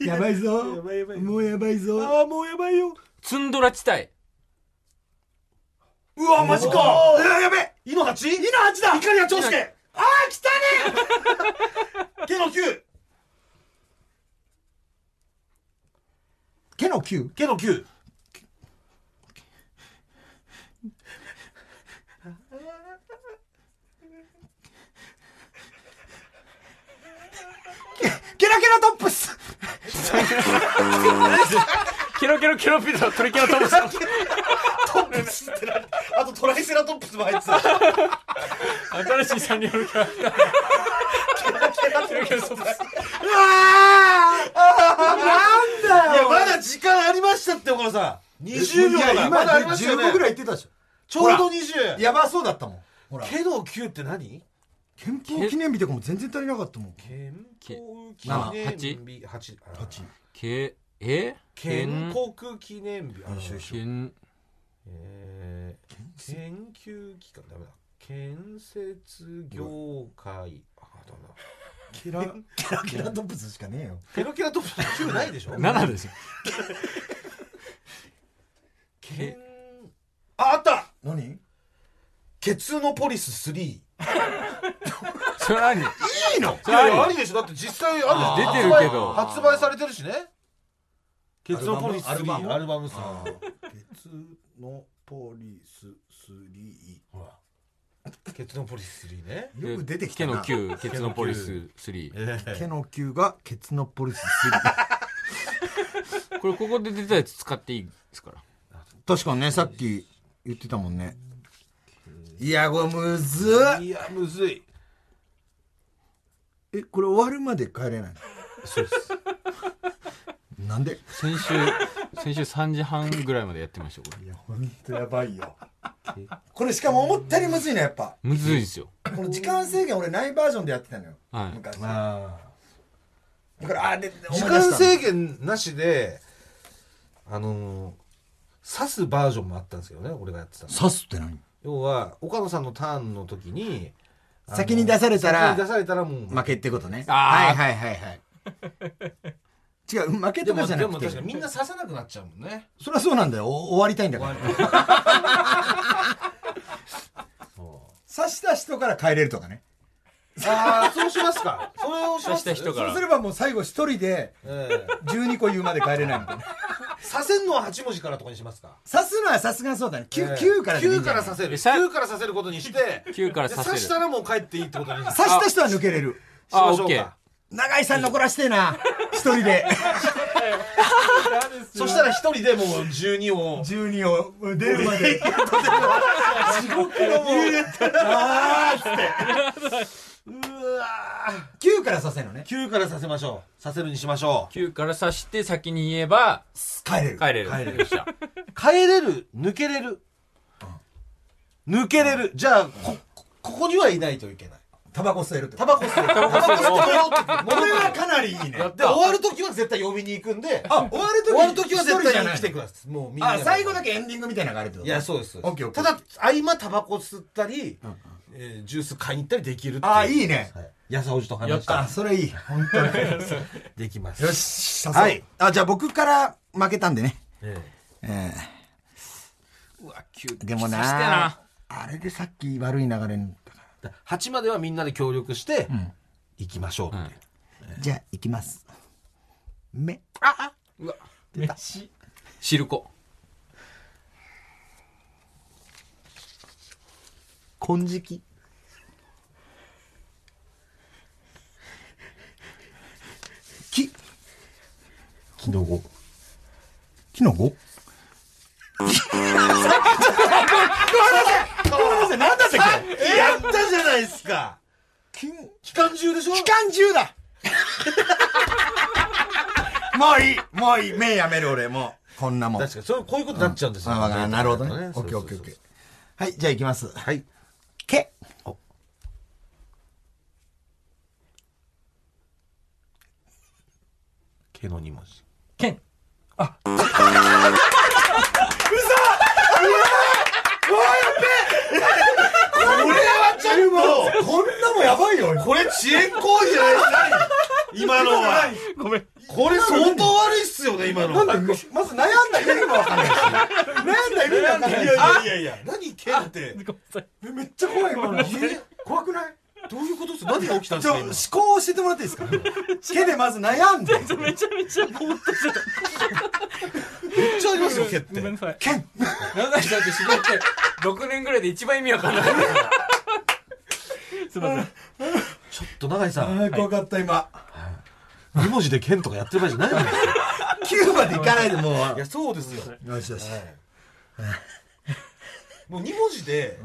C: やばいぞ
B: ばいやばい
C: もうやばいぞ
B: ああもうやばいよ
A: ツンドラ地帯。
C: うわマジかうわやべえ
B: 「い」の 8?
C: イの八だ
B: いかには長介
C: ああ来た
B: 「け」の9
C: けの九
B: 「け」の9
C: ケラケラトップス
A: ケロケロケロピザ、トリケラトムス。
B: トップスってなあとトライセラトップスも入ってた
A: 新しいサンリオのキャラクター。ケロケロトムス。
B: いやまだ時間ありましたって岡野さん20秒
C: いや
B: だ
C: 今
B: まだありました
C: 15
B: よね
C: ぐらい言ってたでし
B: ちょうど20
C: ょやばそうだったもんほら
B: けど9って何
C: 憲法記念日とかも全然足りなかったもん
B: 健康記
A: な
B: 念日八八
A: け、え
B: 建国記念日あの
A: けん、
B: えー研究機関ダメだ建設業界あダメだ
C: ケラケラケラトップスしかねえよ
B: ケロケラトップス9ないでしょ
A: 7です よ。
B: 建ああった
C: 何
B: ケツノポリス3い
A: それ何
B: いの
A: それあり
B: いやありでしょだって実際あるでしょ
A: あー出てるけど
B: 発売発売されてるしねケツノポリス3
C: ア
B: アル
C: ルバム
B: バムさ
C: あ鉄のポリス3
B: ほらケツノポリス3ね
C: よく出てきた
A: ケの
C: な
A: 9、ケツのポリス3。
B: ええ
C: 毛の球がケツのポリス
A: これ、ここで出たやつ使っていいですから。
C: 3確かにねさっき言ってたもんねいやこれむずっ
B: いやむずい
C: えこれ終わるまで帰れない
B: そうです
C: なんで
A: 先週、先週3時半ぐらいまでやってました、これ。
C: いやほんとやばいよこれしかも思ったよりむずいねやっぱ
A: むずいですよ。
C: この時間制限俺ないバージョンでやってたのよ
A: はい。
C: 昔だ
B: まあ
C: からあれ
B: 時間制
C: 限
B: 限なしであのー刺すバージョンもあったんですけどね俺がやってたの
C: 刺すって何
B: 要は岡野さんのターンの時にあの
C: 先に出されたら
B: 先に出されたらもう
C: 負けってことねは
A: あ
C: い
A: ー
C: はいはいはい 違う負け
B: で
C: とか
B: も
C: じゃ
B: で
C: な
B: も
C: くて
B: 確かにみんな刺さなくなっちゃうもんね
C: そりゃそうなんだよお終わりたいんだから刺した人から帰れるとかね
B: ああそうしますかそれをしま
A: 刺し
B: す
A: た人
C: そ
A: か
C: うすれ
A: ら。
C: ばもう最後一人で
B: ええ
C: 12個言うまで帰れないみたいな
B: 刺せんのは8文字からとかにしますか
C: 刺すのはさすがにそうだね 9, 9からでもい
B: 9
C: いんじゃ
B: か
C: ない
B: ら刺せる
A: えさ
B: 9から刺せることにして
A: 9から刺せる
B: でしたらもう帰っていいってことにしまし
C: 刺した人は抜けれる
A: あ、
B: ょ
A: オ
B: うか
A: ッケー。
C: 永井さん残らしてえな一人で
B: そしたら1人でもう12を
C: 12を出るまで
B: あーっつってうわ
C: 9から刺せるのね
B: ー9からさせましょうさせるにしましょ
A: 9から刺して先に言えば、
C: 帰れる
A: 帰れる。
B: 帰れる
A: よっしゃ。
B: う帰れる抜けれる抜けれるじゃあこここにはいないといけない
C: タバコ吸えるって
B: タ
C: こ
B: バコ吸うタバコ吸って戻ってくる戻ってく
C: れ
B: る
C: はかなりいいね
B: で終わる時は絶対呼びに行くんで
C: あ終わる時
B: 終わる時は絶
C: 一人じゃ
B: 対
C: ない
B: に来てくださいもうみんな
C: あ最後だけエンディングみたいなのがあるってこと
B: いやそうです
C: オッケーオッケ
B: た
C: ー
B: だ合間タバコ吸ったり、えージュース買いに行ったりできるってう
C: あいいね
B: はいやさおじと話した
C: あそれいい本当に
B: できます
C: よし刺そう
B: はい
C: あじゃあ僕から負けたんでね
B: え
C: え
A: うわ、9。
C: えでもな
A: 刺してな。
C: あれでさっき悪い流れに
B: えだ8まではみんなで協力して、行きましょうっていう、
C: じゃあ行きます目
H: 飯
A: シルコ。
C: 金色き
B: 昨日後
C: 木の子
B: やったじゃないですか期間中でしょ
C: 期間中だもういいもういい目やめる俺もうこんなもん
B: 確かにそうこういうことになっちゃうんですよ、
C: あわかんないなるほどねオ
B: そう
C: ッケー
B: そう
C: オッケ
B: そ
C: ー
B: う
C: オッケーはいじゃあ行きます
B: はい
C: け
B: おけの2文字
A: ケン。
B: これはちょっと
C: こんなもんやばいよ
B: これ遅延行為じゃないですか今のは
A: ごめん。
B: これ相当悪いっすよね今のは
C: なんでまず悩んだ意味がわかんないし悩んだ意味がわかんないし
B: いやいや何けって
A: ごめんなさい。
C: えめっちゃ怖い今の怖くない
B: どういうことっす何が起きたんで
C: ち
B: す
C: ょ
B: か
C: 思考を教えてもらっていいですかけでまず悩んで
A: めちゃめちゃぼーっとしてた。
B: めっちゃありますよけって
H: ごめんなさい
C: けん
A: 長井さんって知り合って6年ぐらいで一番意味わかんない。
H: すいません
B: ちょっと永井さん
C: あー怖かった今
B: 2文字で剣とかやってる場合じゃないんですよ。
C: 9までいかないでも
B: いや、そうですよ。
C: うよしよし
B: はいもう2文字で、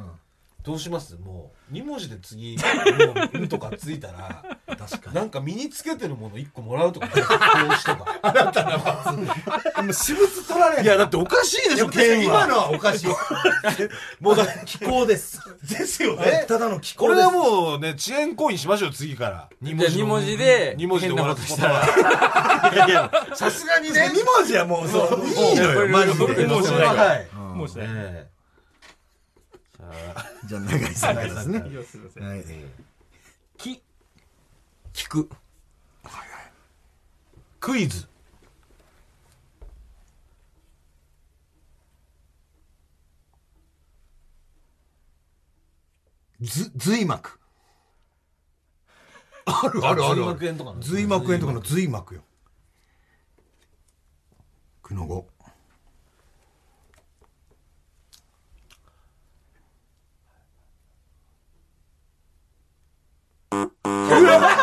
B: どうしますもう、2文字で次、もう、んとかついたら、
C: 確かに
B: なんか身につけてるもの1個もらうとか、帽子とか。あなた
C: もう私物取られ
B: いや、だっておかしいでしょ、剣
C: 今
B: は。
C: のはおかしい
B: もうだ、
C: 気候です
B: ですよ
C: え
B: ね。
C: ただの 気
B: こ
C: 候
B: れ
C: です
B: はもうね、遅延行為にしましょう、次から。2
A: じゃあ二文字で
B: 2文字で
A: 変
B: 終
A: なこ
B: わら
A: と
B: せ
A: したたら
B: ら。いやいや、さすがにね、
C: 2文字はもうそういいのよ
A: いや
C: マ
A: これ
C: ジで
A: 僕の文字じゃないから
B: はい。
H: もうしない。
B: え
C: じゃあ長いさんですね
H: いやすいません。
C: はい
A: き聞く
B: クイズ。
C: ず髄膜
B: あるあるある。10円とかの
C: 髄膜炎とかの髄膜よくのご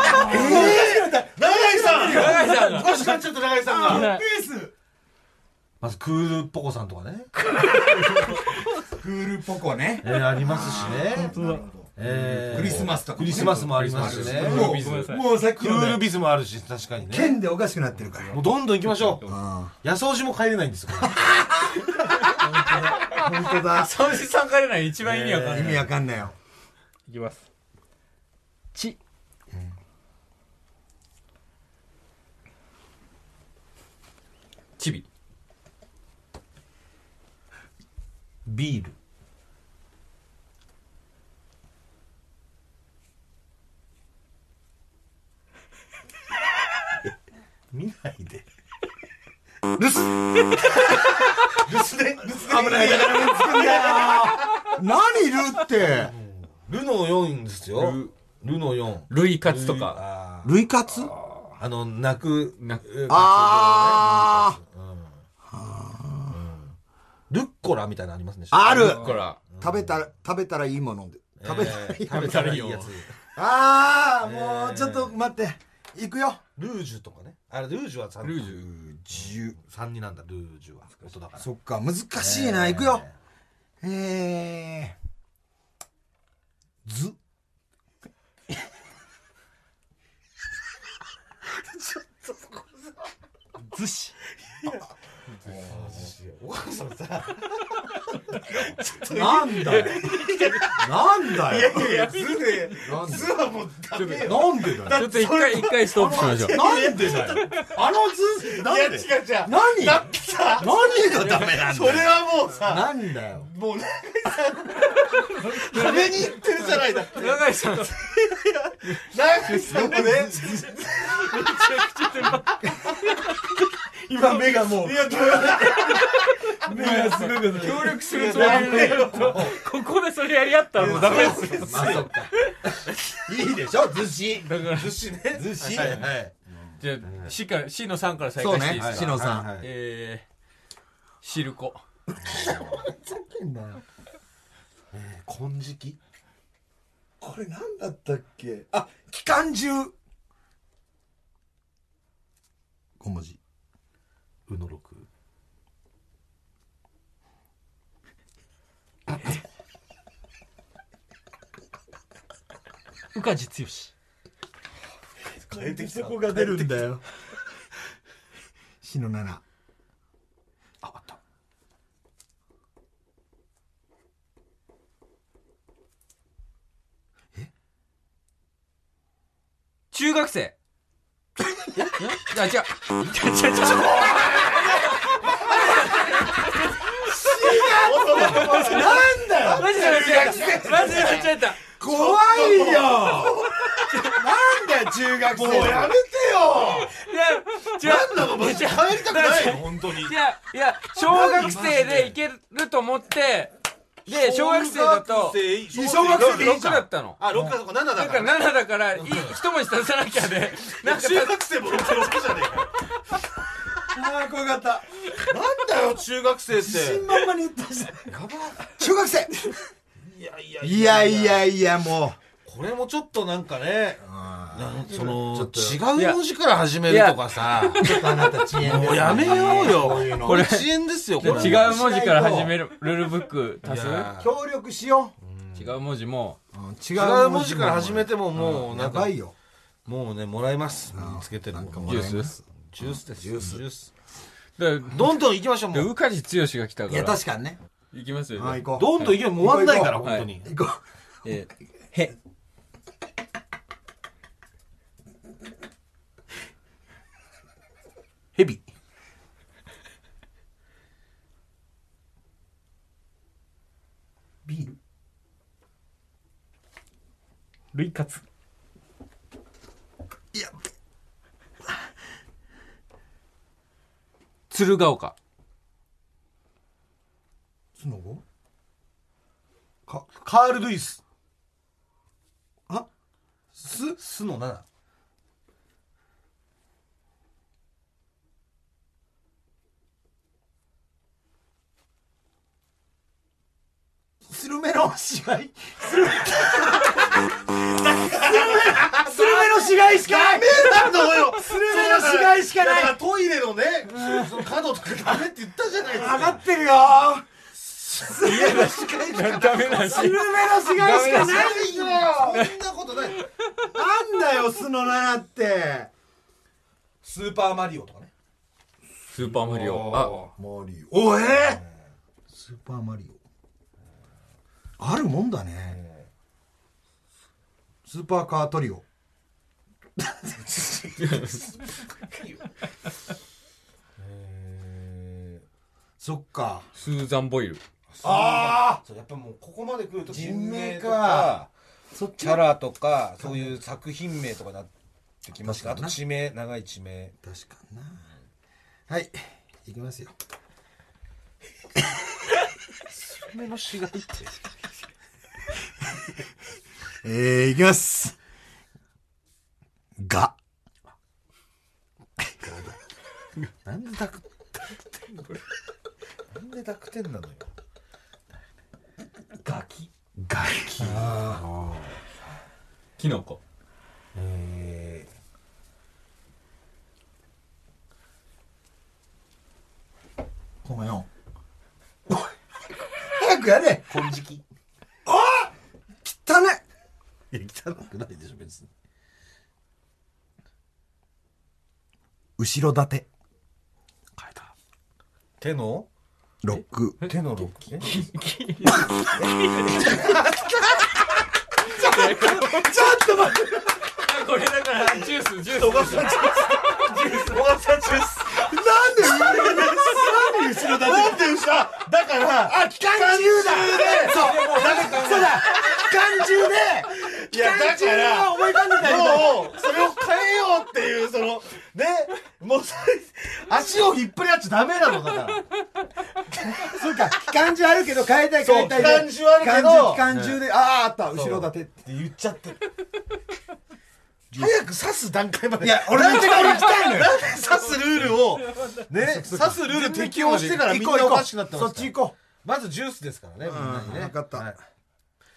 A: 永井
B: 永井さん
A: さんが
B: 少し買っちゃった永井さんが。
C: ペース
B: まずクールポコさんとかね。
C: クールポコね
B: えー、ありますしね。えー
C: クリスマスとか
B: クリスマスもありますしね。
C: も
B: も
A: ごめんなさ
C: う
A: い
C: もうさっ
B: うク
C: きの
B: ール
C: ね
B: ビズもあるし、確かにね。
C: 剣でおかしくなってるから
B: もうどんどん行きましょう。
C: あ
B: 野草寺も帰れないんですよ。これ
C: あ本当だ
A: 三時さんからない一番意味わかんない
C: 意味わかんないよ
H: いきます。
A: ちちび
B: ビール。見ないで。
C: 危ないだから見つくんだよ何いるって
B: ルの4ですよ。ルの4。
A: 類活とか
B: あ
C: 類活
B: ーあの、泣く。
A: な
C: ああ
B: ルッコラみたいなのありますね。
C: ある
A: だから
C: 食べたら食べたらいいもので食べたらいい
B: えー食べたらいいやつ。
C: ああも
B: えー
C: うちょっと待って行くよ
B: ルージュとかね。あれ、ルージュは3。
A: ルージ
B: ュ。
A: ュ
C: 10
B: 3になんだ、ルージュは。音だから。
C: そっか難しいな行くよえーず
H: 寿司。
B: お母さんさ、
C: なんだよなんだよ
B: いや、図で、
C: なんだよ
B: 図はもうダメよ。
C: なんでだ
A: ち
C: よ
A: ょっと一回一回ストップしましょう
C: なんでだよあの図なん
B: いや、違う
C: で
B: 違う。
C: 何
B: だってさ、
C: 何がダメなん
B: そ
C: だよ
B: れはもうさ、
C: なんだよ
B: もう永井さん、壁に行ってるじゃないだって。
A: 永井さん
B: 永井さんもね、
C: 今目がもう
B: いや、どうや
C: 目がすごく
A: 協力するつもりでここでそれやり合ったらもうダメですよ
C: あそっかいいでしょ寿司
A: だから
B: 寿司ね。
C: 寿司
B: はいはい。
A: じゃあ C から C の3から再
C: そう
A: 開してい
C: ね
A: いです
C: 志
A: か
C: 乃さん
B: はいはい
A: えーシルコ
B: 金色
C: これなんだったっけあ機関銃小文字
B: うの六。
H: 宇梶剛。し
B: 変えてきた。
C: が出るんだよ死の7ああった
A: 中 学生いや違う
C: なんだよ
A: マジで間違えたマジで間違えた
C: 怖いよなんだよ中学生もうやめ
A: いや違うなんだかマジ
B: 帰りたくないよ、本当に。
A: いやいや小学生でいけると思ってで小学生だと
B: 小
C: 小学生でいい
A: 6
C: じゃん
A: だったの
B: あ、六かとか七だ
A: だ
B: か
A: から
B: ら。
A: 7だからい一文字足さなきゃでなんか
B: 中学生も六か六じゃねえか。
C: ああ怖かった
B: なんだよ、中学生って。
C: 新まんまに言ったし中学生
B: いやいや
C: いやいやいやもう
B: これもちょっとなんかね、なんその
C: と
B: 違う文字から始めるとかさ
C: ちょっとあなた遅延ですね
B: もうやめようよ
C: こういうの
B: これ遅延ですよこ
A: で
B: れ
A: 違う文字から始めるルールブック足す
C: 協力しよ
A: 違う文字も
C: う、違
B: 違う文字から始めてももうな
C: や
B: んか
C: ばいよ
B: もうねもらいますつけてる
C: なんか
B: も
C: も
B: う
C: ら
A: ジュ
C: えます
A: ース
B: ジュースですジュースジュース
A: で
B: どんどん行きましょうもう
A: 宇梶剛が来た
C: い
A: か
C: や
A: ら
C: 確かにね
A: 行きますよ
C: あ行こう
B: どんどん行けばもう終わんないから
C: 行
A: こう
B: 本当に
C: 行こ
A: えーへ
B: ヘビ
C: うビール
H: 類活
A: 鶴岡
C: スノボかカール・ルイスあ
B: すすの7
C: スルメの死骸スルメ スルメの死骸しかない
B: なんだよ
C: スルメの死骸しかない
B: だらトイレのねその角とかダメって言ったじゃないです
C: 上が
B: か
C: ってるよスルメの死骸しかない
A: ダメな
C: スルメの死骸しかないんだよ
B: そんなことない
C: なんだよスの7って
B: スーパーマリオとかね
A: スーパーマリオあ
C: マリオおえースーパーマリオあるもんだねスーパーカートリ オそっか
A: スーザン・ボイル
B: ああやっぱもうここまで来ると
C: 人
B: 人
C: 名
B: 名
C: か
B: とかキャラとかそういう作品名とかになってきますからあ
C: 確
B: と
C: かにな
B: 地名長い地名
C: 確かになはいいきますよ
B: スルメの死骸って
C: えー、いきますが
B: なんで濁点なんで濁点なのよ
H: ガキ
C: 楽器
A: キノコ
B: え
C: このよ早くやれ
B: ー、金色
C: 汚ね
B: いや汚くないでしょ別に
C: 後ろ盾
B: 手の
C: ロック
B: 手のロッキ
C: ちょっと待って
A: これだからジュースジュース
C: なんで
B: なんでさだから
C: あ、機関銃だそう、そうだ機関銃で
B: い
C: 機
B: や
C: 関銃
B: だから
C: が思い浮かんでたよ
B: もうそれを変えようっていうそのねもうそれ足を引っ張り合っちゃダメなのだから
C: そうか、機関銃あるけど変えたい変えたいで
B: そう機関銃あるけど
C: 機関銃機関銃で、ああ、あった、後ろ盾って
B: 言っちゃってる早く刺す段階まで
C: いや、俺の手が俺行きたいのよ
B: なんで刺すルールをね刺すルール適用してからみんなおかしくなってます
C: そっち行こ
B: まずジュースですからねみんなに
C: う
B: ね
C: 分かった
B: はい
C: うん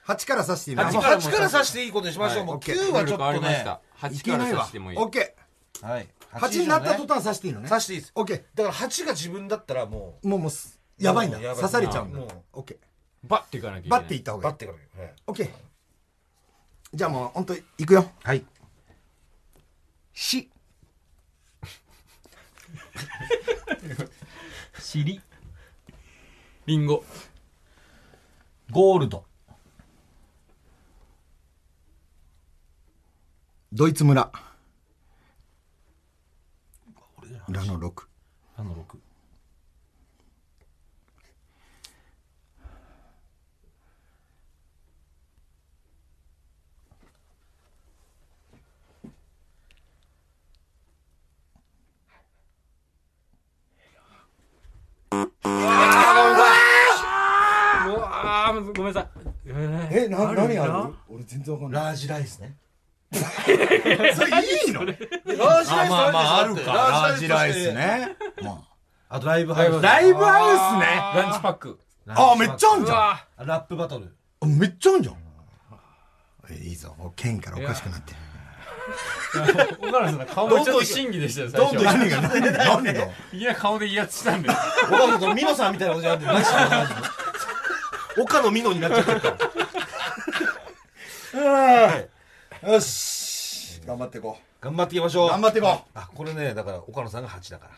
C: 8から刺していいの
B: あもう8から刺していいことにしましょう、もう
C: オッケー
B: 9はちょっとね
C: い
A: 8
C: け
A: か
C: な
A: ら
C: い
A: さ
C: わ
A: してもいい
C: オッケ
B: はい
C: ー8になった途
B: ね
C: 端刺していいのね
B: 刺していいです
C: オッケ
B: だから8が自分だったらも
C: ーもうもうすやばいんだ
B: もうやばい
C: 刺されちゃうんだ
B: もう
C: オッケー
A: バッていかなきゃいけない
C: バッていった方
B: う
C: が
B: バッ
C: いい
B: てからねはい
C: オッケーじゃあもう本当いくよ
B: はい
C: し
H: 尻
A: リンゴ
B: ゴールド
C: ドイツ村ラの6
B: あの6
A: うわーごめんなさいごめんなさい
C: えな何
H: ある
C: ある
H: な
C: 俺全然わかんない
B: ラージライスね
C: それいいの
B: ラージ
C: あまあまああるかラージライス
B: として
C: ねま
B: あとライブハウス
C: ライブハウスね
A: ランチパック
C: ああめっちゃあんじゃん
A: わ
B: ゃんラップバトル
C: あめっちゃあんじゃんえいいぞもう剣からおかしくなってる
H: 岡野さんの顔
A: ちょ
H: も
A: っと審議でしたよ、最
B: どんどん
A: 初。
B: 何が何が
A: いや、顔で威圧したんで。
B: 岡野と美濃さんみたいなことじゃなくて何してんの岡野美濃になっちゃってるからはい
I: よし頑張っていこ
B: 頑張っていきましょ
I: う
B: う
I: 頑張っていこう
B: あこれねだから岡野さんが8だから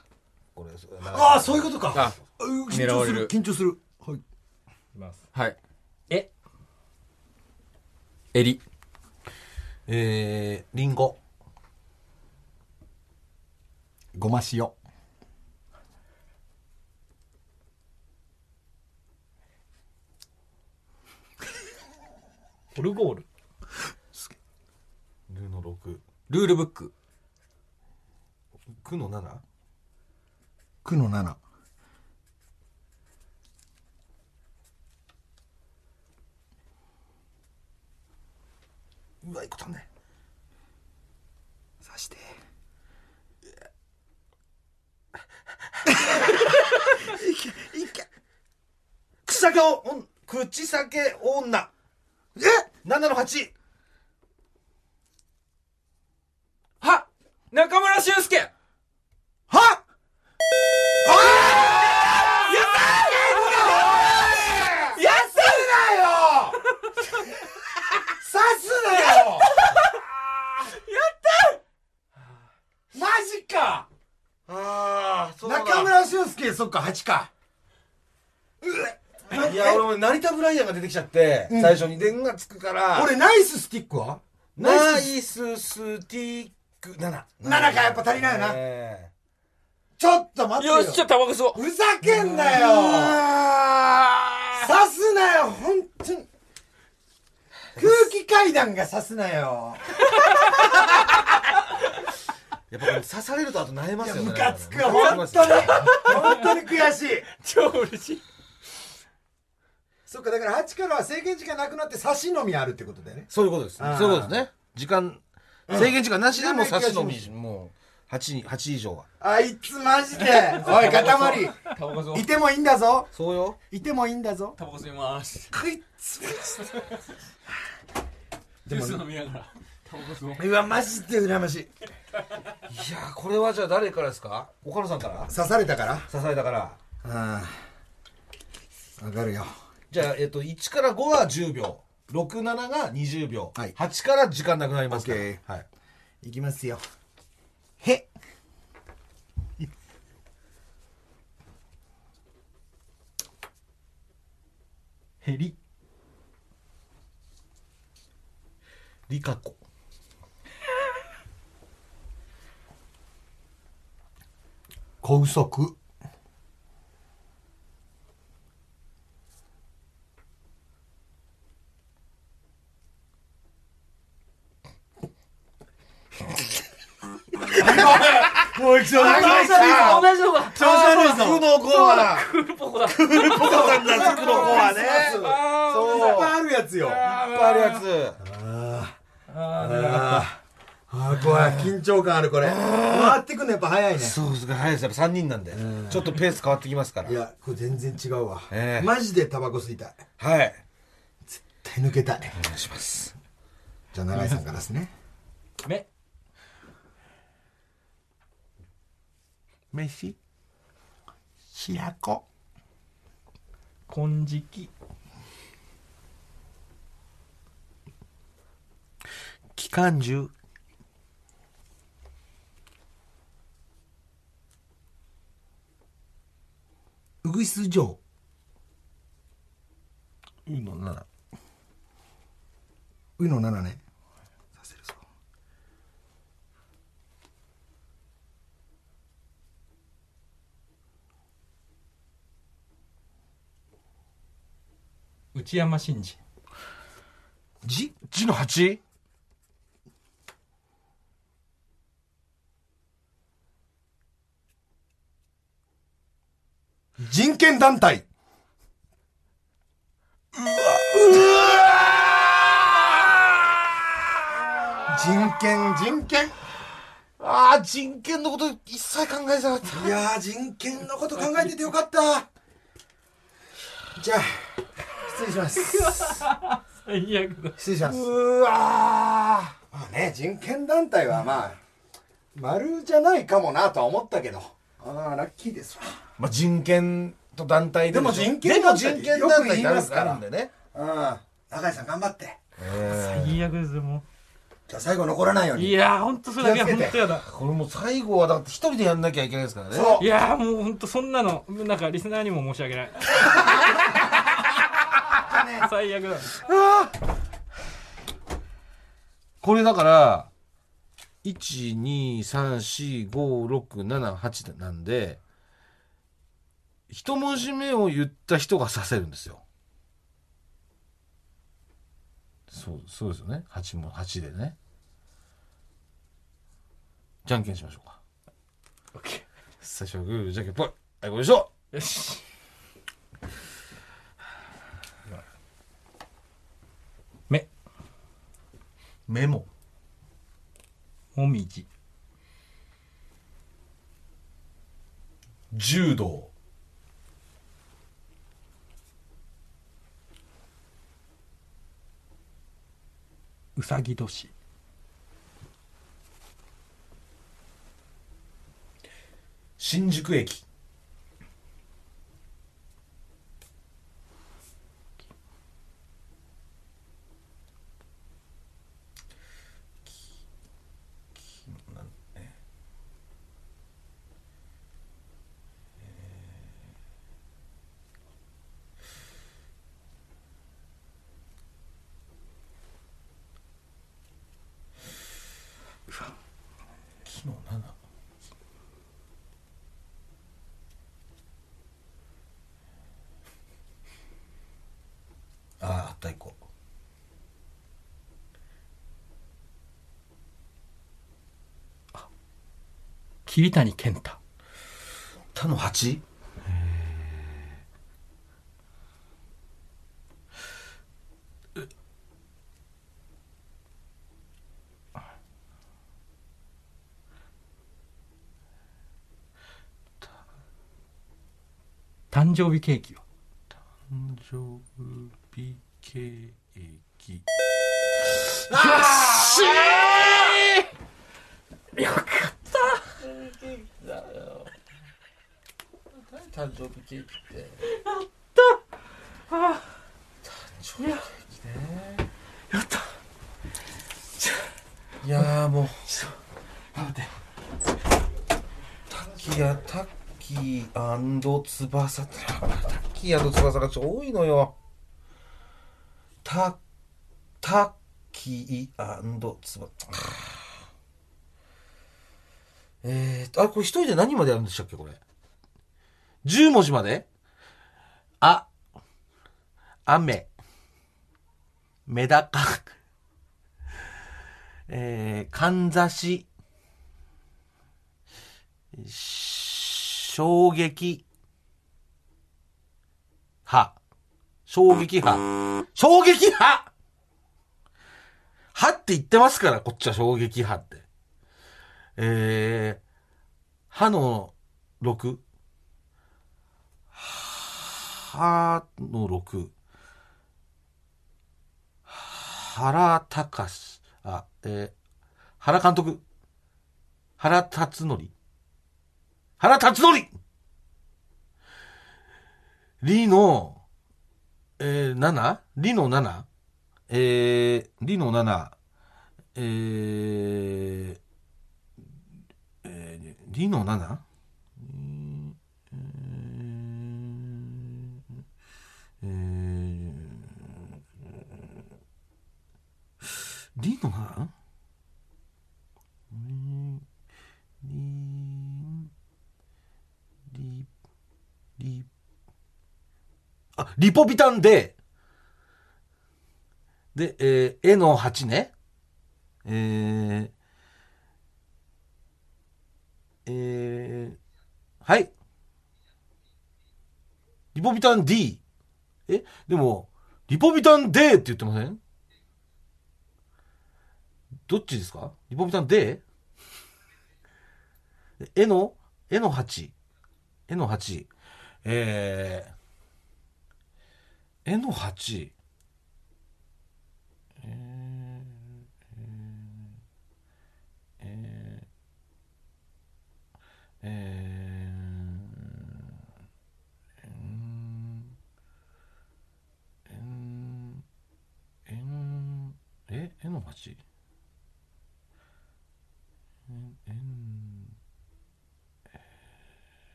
B: これ
I: あ
B: あ
I: あそういうことか
A: あ
I: うー緊
A: 狙わ
I: 張
A: れ
I: する
A: る
I: 緊張するはい
A: はい。え。襟。
B: えー、リンゴ
I: ごま塩
H: オルゴール
B: ルの6
A: ルールブック。
B: くの 7?
I: 9の7
B: うわいくたね
I: 刺して
B: いけ口酒をおん口酒女え7の8
A: は中村俊介
I: は
C: 刺すなよやったマジか
B: ああそうだ
C: 中村俊介そっか8か
B: いや俺も成田ブライアンが出てきちゃって、最初に「でん」がつくから
C: 俺ナイススティックは
B: ナイススティック7
C: 7かやっぱ足りないな
B: え
C: ちょっと待ってよ
A: よし、ちょっとタバコ吸おう。
C: ふざけんなよ刺すなよ本当に空気階段が刺すなよ
B: ーやっぱこれ刺されるとあと萎えますよね
C: ムカつく
B: な
C: わ
B: んかね
C: 本当に本当に悔しい
A: 超嬉しい。
C: そっかだから8からは制限時間なくなって差しのみあるってことだよね
B: そういうことです
C: あー
B: そういうことですね時間制限時間なしでもう差し飲み
C: う
B: もう 8, 8以上は
C: あいつマジでおい塊
A: タバコ吸おう
C: い。てもいいんだぞ
B: そうよ
C: いてもいいんだぞ
A: タバコ吸います。
C: こいつ
A: ジュース飲みながら。タバコ吸おう。
C: うわマジで羨ましい
B: いやーこれはじゃあ誰からですか岡野さんから
C: 刺されたから
B: 刺されたから
C: ああわかるよ
B: じゃあ、えっと、1から5は10秒67が20秒、
C: はい
B: 8から時間なくなりますから
C: オッケ
B: はい
C: いきますよへ
H: ヘリ
B: リカコ
I: 高速
B: もう一度
C: あ
B: 長い
C: あ
A: 同じのが。
B: 調子悪いぞ服の子は
A: クールポコだ。
B: 服の子さんだ服の子はね
C: そう
B: いっ
A: そう。
C: いっぱいあるやつよあ
B: ぱいあるやつ
C: あああ怖い緊張感あるこれ回ってくんのやっぱ早いね
B: そうですか早いですやっぱ3人なんでちょっとペース変わってきますから
C: いやこれ全然違うわ、
B: ええ
C: マジでタバコ吸いたい
B: はい
C: 手抜けたい
B: お願いします
C: じゃあ永井さんからですね
A: 目。
I: 飯白子
H: 金色
I: 機関銃
C: うぐいす城
I: うの7
C: うの7ね
H: 内山真二
B: じじの 8?
C: 人権団体うわ人権人権
B: ああ人権のこと一切考えてなかった
C: いやー人権のこと考えててよかったじゃあ失礼します
H: 最悪だ
C: 失礼します
B: うわー
E: まあね、人権団体はまあ、丸じゃないかもなとは思ったけど、ああ、ラッキーですわ。
B: まあ、人権と団体で
E: でも
B: しょ
E: 人権団体
B: でも人権団体
E: よく言
B: ってある
E: いますから
B: あるんでね、
E: うん。中井さん頑張って。
B: え
H: 最悪ですも
E: じゃあ最後残らないよう
H: う
E: に。
H: いやーほんとそれだけは
E: 気を
H: ほ
E: つけて
H: んとやだ
B: ーこれもう最後はだって一人でやんなきゃいけないですからね
E: そう
H: いやーもうほんとそんなのなんかリスナーにも申し訳ない最悪だ
B: これだから1234567なんで一文字目を言った人が指せるんですよそうそうですよね8も八でねじゃんけんしましょうか
H: OK
B: 最初はグーじゃんけんぽいはいご一緒
H: よし目
B: メモ
H: もみじ
B: 柔道
H: うさぎ年
B: 新宿駅木の七あああった一個
H: 桐谷健太
B: 他の八
H: 誕生日ケーキは
B: 誕生日ケーキいやーもうちょっと待ってタッキータッキー翼ってタッキー翼がちょっと多いのよタッタッキー翼えーとあこれ一人で何までやるんでしたっけこれ10文字まであ雨メダカえー、かんざし、し衝撃、波、衝撃波、衝撃波波って言ってますから、こっちは衝撃波って。えー、歯の6、歯の6、原隆史あえー、原監督原辰徳原辰徳リのえー、7リの7えー、リの7えー、えー、リの 7? えー、えーリの花リリリあリポビタンでで、えー、絵の8ねえー、えー、はいリポビタン D えでもリポビタン D って言ってませんどっちですかリポビタン D? 絵の、絵の8。絵の8。えー、絵の8。えーえ
A: えー
B: ー
A: えーえーえーえーえの町えーえ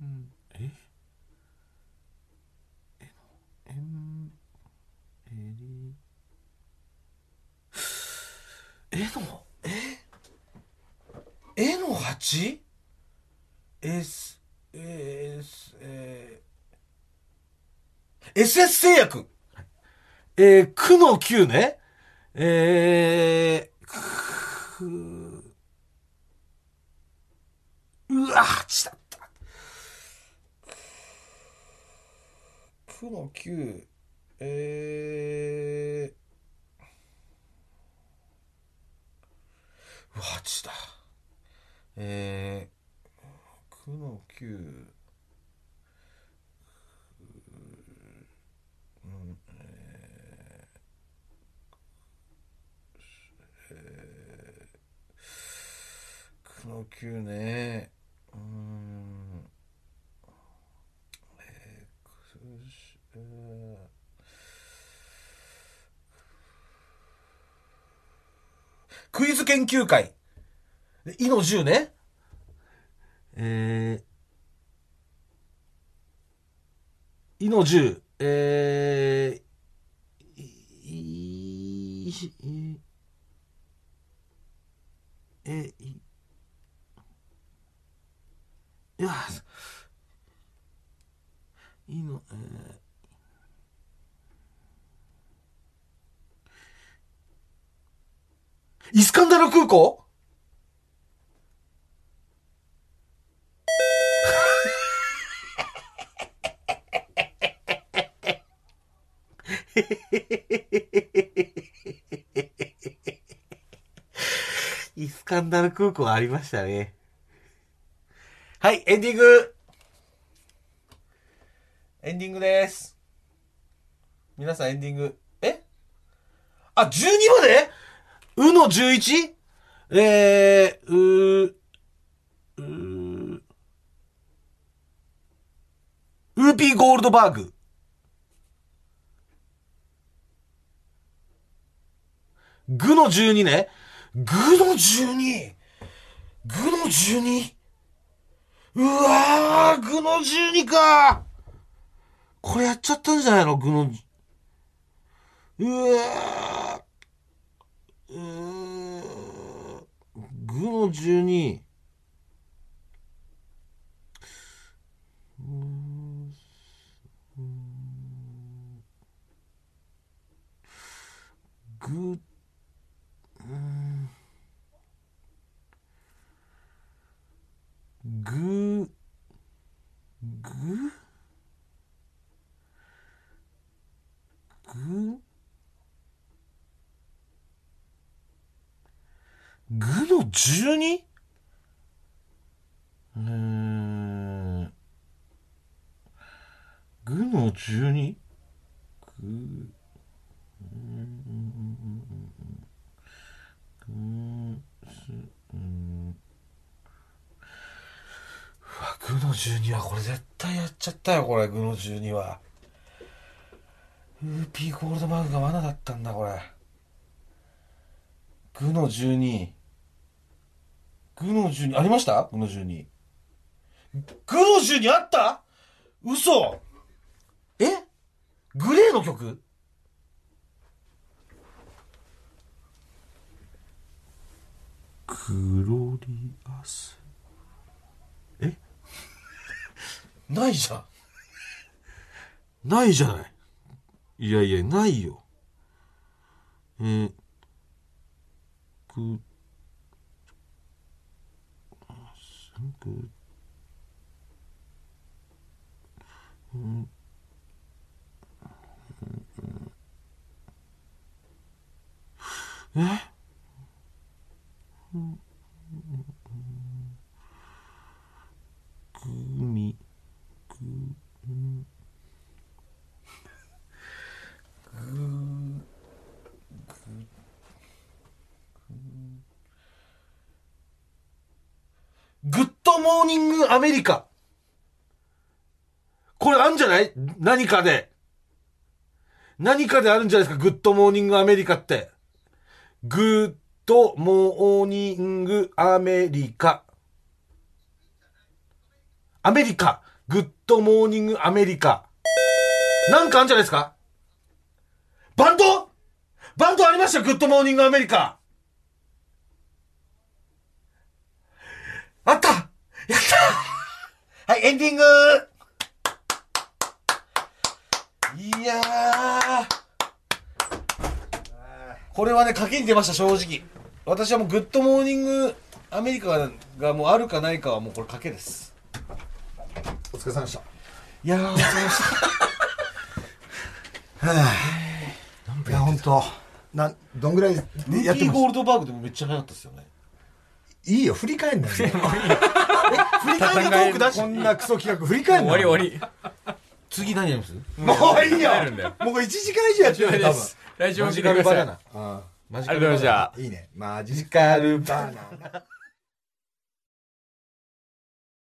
A: ーえーえーえのえんえり
B: えのええの 8? S S えー SS 製薬えー、9の9ねえー、くうわ8だった9の9えー、うわ8だえー、9の9うーんえーえー9の9ねうーんえーくしえークイズ研究会で「い」の10ね。えー、いの10、えー、い、い、い、え、い、いや、いの、えー、イスカンダル空港 イスカンダル空港ありましたね。はい、エンディングエンディングです。皆さんエンディング。えあ、12までうの 11? えー、うー、うー、ウーピーゴールドバーグ。ぐの12ね。ぐの 12! ぐの 12! うわー、ぐの12かこれやっちゃったんじゃないのぐの、うわー、うーぐの12。ぐ、うーんぐ、ぐぐぐの 12? うーん。ぐの 12? ぐ、うーんぐーす、うーん。うわ、ぐの12はこれ絶対やっちゃったよ、これ、ぐの12は。ウーピーゴールドバーグが罠だったんだ、これ。グの12。グの12、ありましたグの12。グの12あった嘘えグレーの曲
A: グロリアス。
B: ないじゃん。
A: ないじゃない。いやいや、ないよ。えー、ぐ、ぐ、うん、
B: Mm.
A: うん
B: Eh?
A: えうんグミ、グ、うん
B: グッドモーーニングアメリカ。これあんじゃない何かで。何かであるんじゃないですかグッドモーニングアメリカって。グッドモーニングアメリカ。アメリカ。グッドモーニングアメリカ。なんかあんじゃないですかバンドバンドありましたよグッドモーニングアメリカ。あったやったはい、エンディングいやー。これはね、賭けに出ました、正直。私はもうグッドモーニングアメリカががもうあるかないかはもうこれ賭けです。
C: お疲れ様でした。
B: いやー、お疲れ様でした。
C: いや、本当なん、どんぐらいやっ
B: キ
C: て
B: ー
C: ます
B: ゴールドバーグでもめっちゃ早かったですよね。
C: いいよ、振り返んないよ。
B: 振り返りトークだし
C: こ。んなクソ企画、振り返ん
A: 終
C: な
A: わり
C: い。
A: 終わ
B: 次何やります
A: り。
C: もういいよ
A: 帰るんだよ。
C: もう1時間以上やってるよ、多分。
A: 来週も聞
B: マ
A: い
B: ジ
A: て
B: カ
A: くだ
B: ルバ
A: さい。
B: ナ
A: あ
B: ナ。
C: あ
B: マジ
A: りがとうございました。
C: いいね。マジカルバナナ。